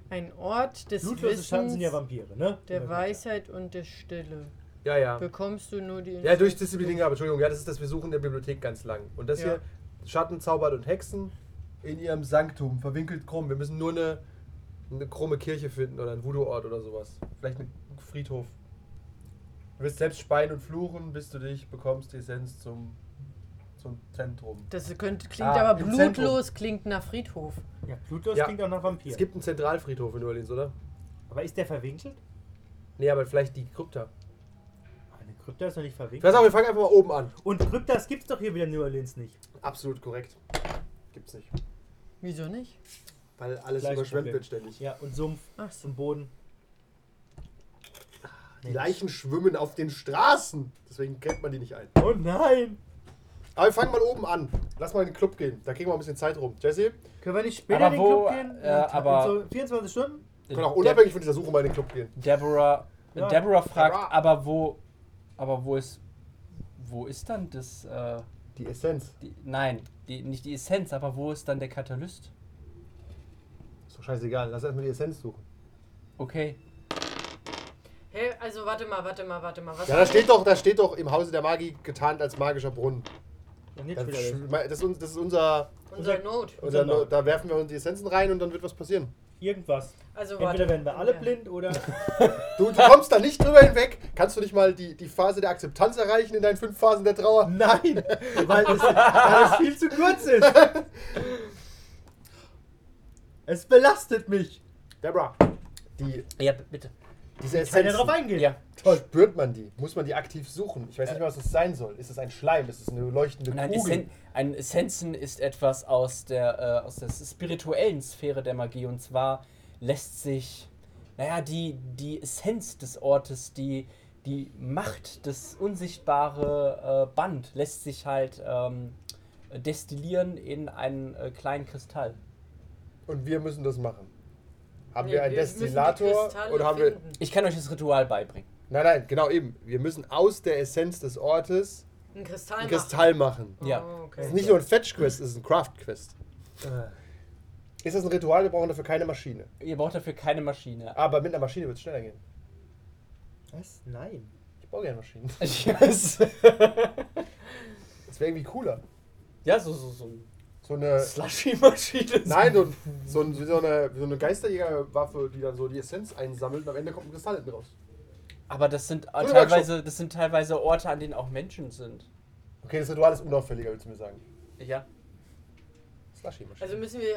[SPEAKER 4] Ein Ort des
[SPEAKER 3] Blutlose Schatten
[SPEAKER 4] Wissens,
[SPEAKER 3] sind ja Vampire, ne?
[SPEAKER 4] der
[SPEAKER 3] Immer
[SPEAKER 4] Weisheit und der Stille.
[SPEAKER 3] wieder.
[SPEAKER 2] Ja, ja.
[SPEAKER 4] Bekommst du nur die.
[SPEAKER 2] Ja, durch Disziplin, aber Entschuldigung, ja, das ist das Besuchen der Bibliothek ganz lang. Und das
[SPEAKER 4] Ja.
[SPEAKER 2] hier, Schatten, Zaubert und Hexen in ihrem Sanktum, verwinkelt krumm. Wir müssen nur eine, eine krumme Kirche finden oder einen Voodoo-Ort oder sowas. Vielleicht einen Friedhof. Du wirst selbst speien und fluchen, bis du dich bekommst, die Essenz zum, zum Zentrum.
[SPEAKER 4] Das könnte, klingt
[SPEAKER 2] Ah,
[SPEAKER 4] aber
[SPEAKER 2] im Zentrum.
[SPEAKER 4] blutlos, klingt nach Friedhof.
[SPEAKER 3] Ja, Plutos
[SPEAKER 2] Ja.
[SPEAKER 3] klingt auch nach Vampir.
[SPEAKER 2] Es gibt einen Zentralfriedhof in New Orleans, oder?
[SPEAKER 3] aber ist der verwinkelt?
[SPEAKER 2] Nee, aber vielleicht die Krypta.
[SPEAKER 3] Eine Ah, ne, Krypta ist doch nicht
[SPEAKER 2] Ich weiß
[SPEAKER 3] verwinkelt.
[SPEAKER 2] auch, wir fangen einfach mal oben an.
[SPEAKER 3] Und Kryptas gibt's doch hier wieder in New Orleans nicht.
[SPEAKER 2] Absolut korrekt. Gibt's nicht.
[SPEAKER 4] Wieso nicht?
[SPEAKER 2] Weil alles
[SPEAKER 3] Gleiches
[SPEAKER 2] überschwemmt
[SPEAKER 3] Problem.
[SPEAKER 2] wird ständig.
[SPEAKER 3] Ja, und Sumpf
[SPEAKER 4] Ach so.
[SPEAKER 3] und Boden. Ah,
[SPEAKER 2] Die Leichen schwimmen auf den Straßen. Deswegen kennt man die nicht ein.
[SPEAKER 3] Oh nein!
[SPEAKER 2] Aber wir fangen mal oben an. Lass mal in den Club gehen. Da kriegen wir ein bisschen Zeit rum. Jesse,
[SPEAKER 3] Können wir nicht später
[SPEAKER 1] Aber
[SPEAKER 3] in den
[SPEAKER 1] wo,
[SPEAKER 3] Club gehen?
[SPEAKER 1] äh, aber-
[SPEAKER 3] so 24 Stunden?
[SPEAKER 2] wir können auch Genau, unabhängig von dieser Suche mal in den Club gehen.
[SPEAKER 1] De Deborah,
[SPEAKER 3] Ja.
[SPEAKER 1] Deborah fragt,
[SPEAKER 2] Deborah.
[SPEAKER 1] aber wo, aber wo ist, wo ist dann das, äh,
[SPEAKER 2] Die Essenz.
[SPEAKER 1] die, nein, die, nicht die Essenz, aber wo ist dann der Katalyst?
[SPEAKER 2] Ist doch scheißegal. Lass erstmal die Essenz suchen.
[SPEAKER 1] Okay,
[SPEAKER 4] Hä, also warte mal, warte mal, warte mal. Was
[SPEAKER 2] Ja, da steht doch, da steht doch im Hause der Magie getarnt als magischer Brunnen.
[SPEAKER 3] Und jetzt
[SPEAKER 2] Da
[SPEAKER 3] wieder
[SPEAKER 2] sch- Das ist, uns- das ist unser.
[SPEAKER 4] Unser Not.
[SPEAKER 2] unser
[SPEAKER 3] Genau.
[SPEAKER 2] da werfen wir uns die Essenzen rein und dann wird was passieren.
[SPEAKER 3] irgendwas.
[SPEAKER 4] Also warte.
[SPEAKER 3] Entweder werden wir alle
[SPEAKER 4] Ja.
[SPEAKER 3] blind oder.
[SPEAKER 2] Du, du kommst da nicht drüber hinweg. Kannst du nicht mal die, die Phase der Akzeptanz erreichen in deinen fünf Phasen der Trauer?
[SPEAKER 3] Nein! Weil es, weil es viel zu kurz ist! Es belastet mich!
[SPEAKER 2] Debra, die,
[SPEAKER 1] ja, b- bitte.
[SPEAKER 2] diese
[SPEAKER 3] Kann ja
[SPEAKER 2] Essenz.
[SPEAKER 3] drauf eingehen.
[SPEAKER 1] Ja,
[SPEAKER 2] Spürt man die? Muss man die aktiv suchen? Ich weiß nicht mehr, was das sein soll. Ist es ein Schleim? Ist Äh. es eine leuchtende
[SPEAKER 1] und ein,
[SPEAKER 2] Kugel?
[SPEAKER 1] Essen, ein Essenzen ist etwas aus der, äh, aus der spirituellen Sphäre der Magie und zwar lässt sich, naja, die, die Essenz des Ortes, die, die Macht, das unsichtbare äh, Band lässt sich halt ähm, destillieren in einen äh, kleinen Kristall.
[SPEAKER 2] Und wir müssen das machen. Haben
[SPEAKER 4] Nee,
[SPEAKER 2] wir einen
[SPEAKER 4] wir müssen die
[SPEAKER 2] Destillator
[SPEAKER 4] Kristalle
[SPEAKER 2] oder haben wir.
[SPEAKER 4] finden.
[SPEAKER 1] Ich kann euch das Ritual beibringen.
[SPEAKER 2] Nein, nein, genau eben. Wir müssen aus der Essenz des Ortes
[SPEAKER 4] Ein Kristall.
[SPEAKER 2] einen
[SPEAKER 4] machen.
[SPEAKER 2] Kristall machen.
[SPEAKER 4] Oh,
[SPEAKER 1] Ja.
[SPEAKER 2] Das
[SPEAKER 4] okay.
[SPEAKER 2] ist nicht nur ein Fetch-Quest, es ist ein Craft-Quest.
[SPEAKER 3] Äh,
[SPEAKER 2] Ist das ein Ritual? Wir brauchen dafür keine Maschine.
[SPEAKER 1] Ihr braucht dafür keine Maschine.
[SPEAKER 2] Aber mit einer Maschine wird es schneller gehen.
[SPEAKER 3] Was? Nein.
[SPEAKER 2] Ich brauche gerne Maschinen.
[SPEAKER 1] Yes.
[SPEAKER 2] Das wäre irgendwie cooler.
[SPEAKER 1] ja, so, so, so
[SPEAKER 2] So eine.
[SPEAKER 1] Slushy-Maschine.
[SPEAKER 2] Äh, Nein, so, so, ein- wie so eine, wie so eine Geisterjägerwaffe, die dann so die Essenz einsammelt und am Ende kommt ein Kristall hinten raus.
[SPEAKER 1] Aber das sind, äh,
[SPEAKER 2] Gute
[SPEAKER 1] teilweise, das sind teilweise Orte, an denen auch Menschen sind.
[SPEAKER 2] Okay, das Ritual ist unauffälliger, willst du mir sagen.
[SPEAKER 1] Ja.
[SPEAKER 2] Slushy-Maschine.
[SPEAKER 4] Also müssen wir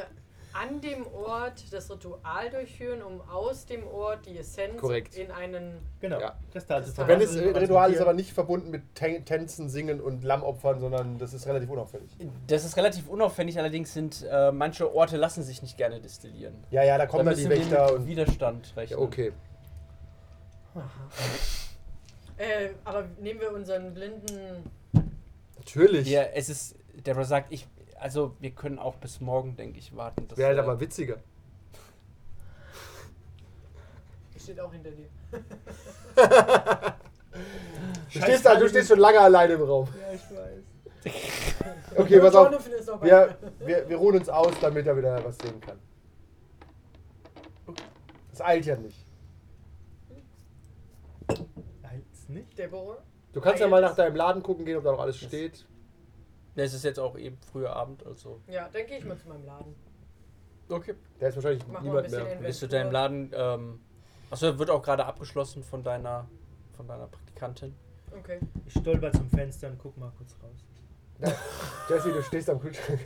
[SPEAKER 4] an dem Ort das Ritual durchführen, um aus dem Ort die Essenz
[SPEAKER 2] Korrekt.
[SPEAKER 4] in einen.
[SPEAKER 3] Genau.
[SPEAKER 2] Ja.
[SPEAKER 3] Kristall zu
[SPEAKER 4] Kristall.
[SPEAKER 2] Wenn
[SPEAKER 3] verwandeln
[SPEAKER 2] es
[SPEAKER 3] als
[SPEAKER 2] Ritual ist,
[SPEAKER 3] Vampir.
[SPEAKER 2] aber nicht verbunden mit Tän- Tänzen, Singen und Lammopfern, sondern das ist relativ unauffällig.
[SPEAKER 1] Das ist relativ unauffällig, allerdings sind äh, manche Orte lassen sich nicht gerne destillieren.
[SPEAKER 2] Ja, ja, da kommen
[SPEAKER 1] da
[SPEAKER 2] dann die
[SPEAKER 1] müssen wir
[SPEAKER 2] Wächter
[SPEAKER 1] mit
[SPEAKER 2] und.
[SPEAKER 1] Widerstand rechnen.
[SPEAKER 4] Äh, aber nehmen wir unseren blinden.
[SPEAKER 2] Natürlich.
[SPEAKER 1] Ja, es ist, Deborah sagt, ich, also wir können auch bis morgen, denke ich, warten. dass,
[SPEAKER 2] halt
[SPEAKER 1] äh,
[SPEAKER 2] witziger.
[SPEAKER 4] Der steht auch hinter dir.
[SPEAKER 2] Du stehst, da, du stehst schon lange alleine im Raum.
[SPEAKER 4] Ja, ich weiß.
[SPEAKER 2] Okay, pass auf.
[SPEAKER 4] Jonathan ist auch
[SPEAKER 2] Wir, wir, wir ruhen uns aus, damit er wieder was sehen kann. Es eilt ja nicht.
[SPEAKER 3] Als nicht?
[SPEAKER 4] Deborah?
[SPEAKER 2] Du kannst ja
[SPEAKER 4] Eilt
[SPEAKER 2] mal
[SPEAKER 4] es?
[SPEAKER 2] nach deinem Laden gucken gehen, ob da noch alles steht.
[SPEAKER 1] Ja, es ist jetzt auch eben früher Abend, also.
[SPEAKER 4] Ja, dann gehe ich mal zu meinem Laden.
[SPEAKER 1] Okay.
[SPEAKER 2] Da ist wahrscheinlich
[SPEAKER 4] Mach mal ein
[SPEAKER 2] niemand
[SPEAKER 4] bisschen
[SPEAKER 2] mehr.
[SPEAKER 4] in-
[SPEAKER 1] Bist du deinem Laden, ähm, achso, wird auch gerade abgeschlossen von deiner, von deiner Praktikantin.
[SPEAKER 4] Okay.
[SPEAKER 3] Ich stolper zum Fenster und guck mal kurz raus.
[SPEAKER 2] Jesse, du stehst am Kühlschrank.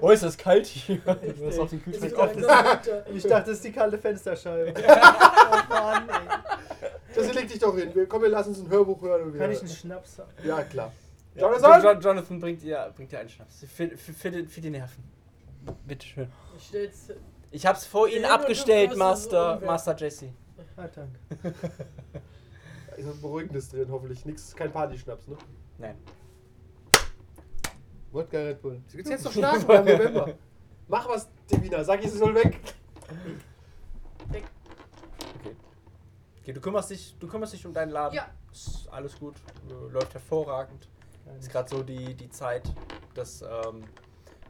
[SPEAKER 1] Oh, ist das kalt hier.
[SPEAKER 3] Du hast auch den
[SPEAKER 4] Ist
[SPEAKER 3] Kühlschrank
[SPEAKER 4] wieder langsam runter.
[SPEAKER 3] Ich dachte, das ist die kalte Fensterscheibe. Oh
[SPEAKER 2] Jesse, leg dich doch hin. Wir- Komm, wir lassen uns ein Hörbuch hören. Und
[SPEAKER 3] Kann
[SPEAKER 2] wir-
[SPEAKER 3] ich einen Schnaps haben?
[SPEAKER 2] Ja, klar.
[SPEAKER 1] Jonathan, Jonathan bringt ihr, bringt ihr einen Schnaps. Für, für, für, die, für die Nerven. Bitteschön.
[SPEAKER 4] Ich stell's.
[SPEAKER 1] Ich hab's vor Ihnen
[SPEAKER 4] Ja,
[SPEAKER 1] abgestellt,
[SPEAKER 4] du um brauchst es
[SPEAKER 1] Master,
[SPEAKER 4] umwerfen.
[SPEAKER 1] Master Jesse.
[SPEAKER 3] Ah, danke.
[SPEAKER 2] Da Ist was Beruhigendes drin, hoffentlich. Nix, kein Partyschnaps, ne?
[SPEAKER 1] Nein.
[SPEAKER 2] Wodka Red Bull. Das gibt's jetzt doch stark beim November. Mach was, Devina. Sag ich, sie soll weg.
[SPEAKER 4] Weg.
[SPEAKER 2] Okay.
[SPEAKER 1] Okay, du kümmerst dich, du kümmerst dich um deinen Laden.
[SPEAKER 4] Ja.
[SPEAKER 1] Ist alles gut. äh, Läuft hervorragend. Ist gerade so die, die Zeit, dass, ähm,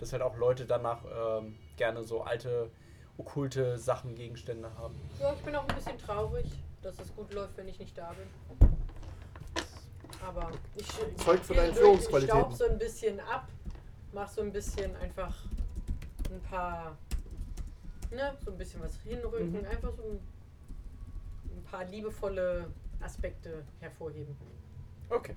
[SPEAKER 1] dass halt auch Leute danach ähm, gerne so alte, okkulte Sachen, Gegenstände haben.
[SPEAKER 4] Ja, ich bin auch ein bisschen traurig. dass es gut läuft, wenn ich nicht da bin. Aber ich
[SPEAKER 2] Zeugt von
[SPEAKER 4] gehe
[SPEAKER 2] deinen
[SPEAKER 4] durch,
[SPEAKER 2] Führungsqualitäten.
[SPEAKER 4] Ich staub so ein bisschen ab, mach so ein bisschen einfach ein paar, ne, so ein bisschen was hinrücken,
[SPEAKER 1] Mhm.
[SPEAKER 4] einfach so ein, ein paar liebevolle Aspekte hervorheben.
[SPEAKER 1] Okay.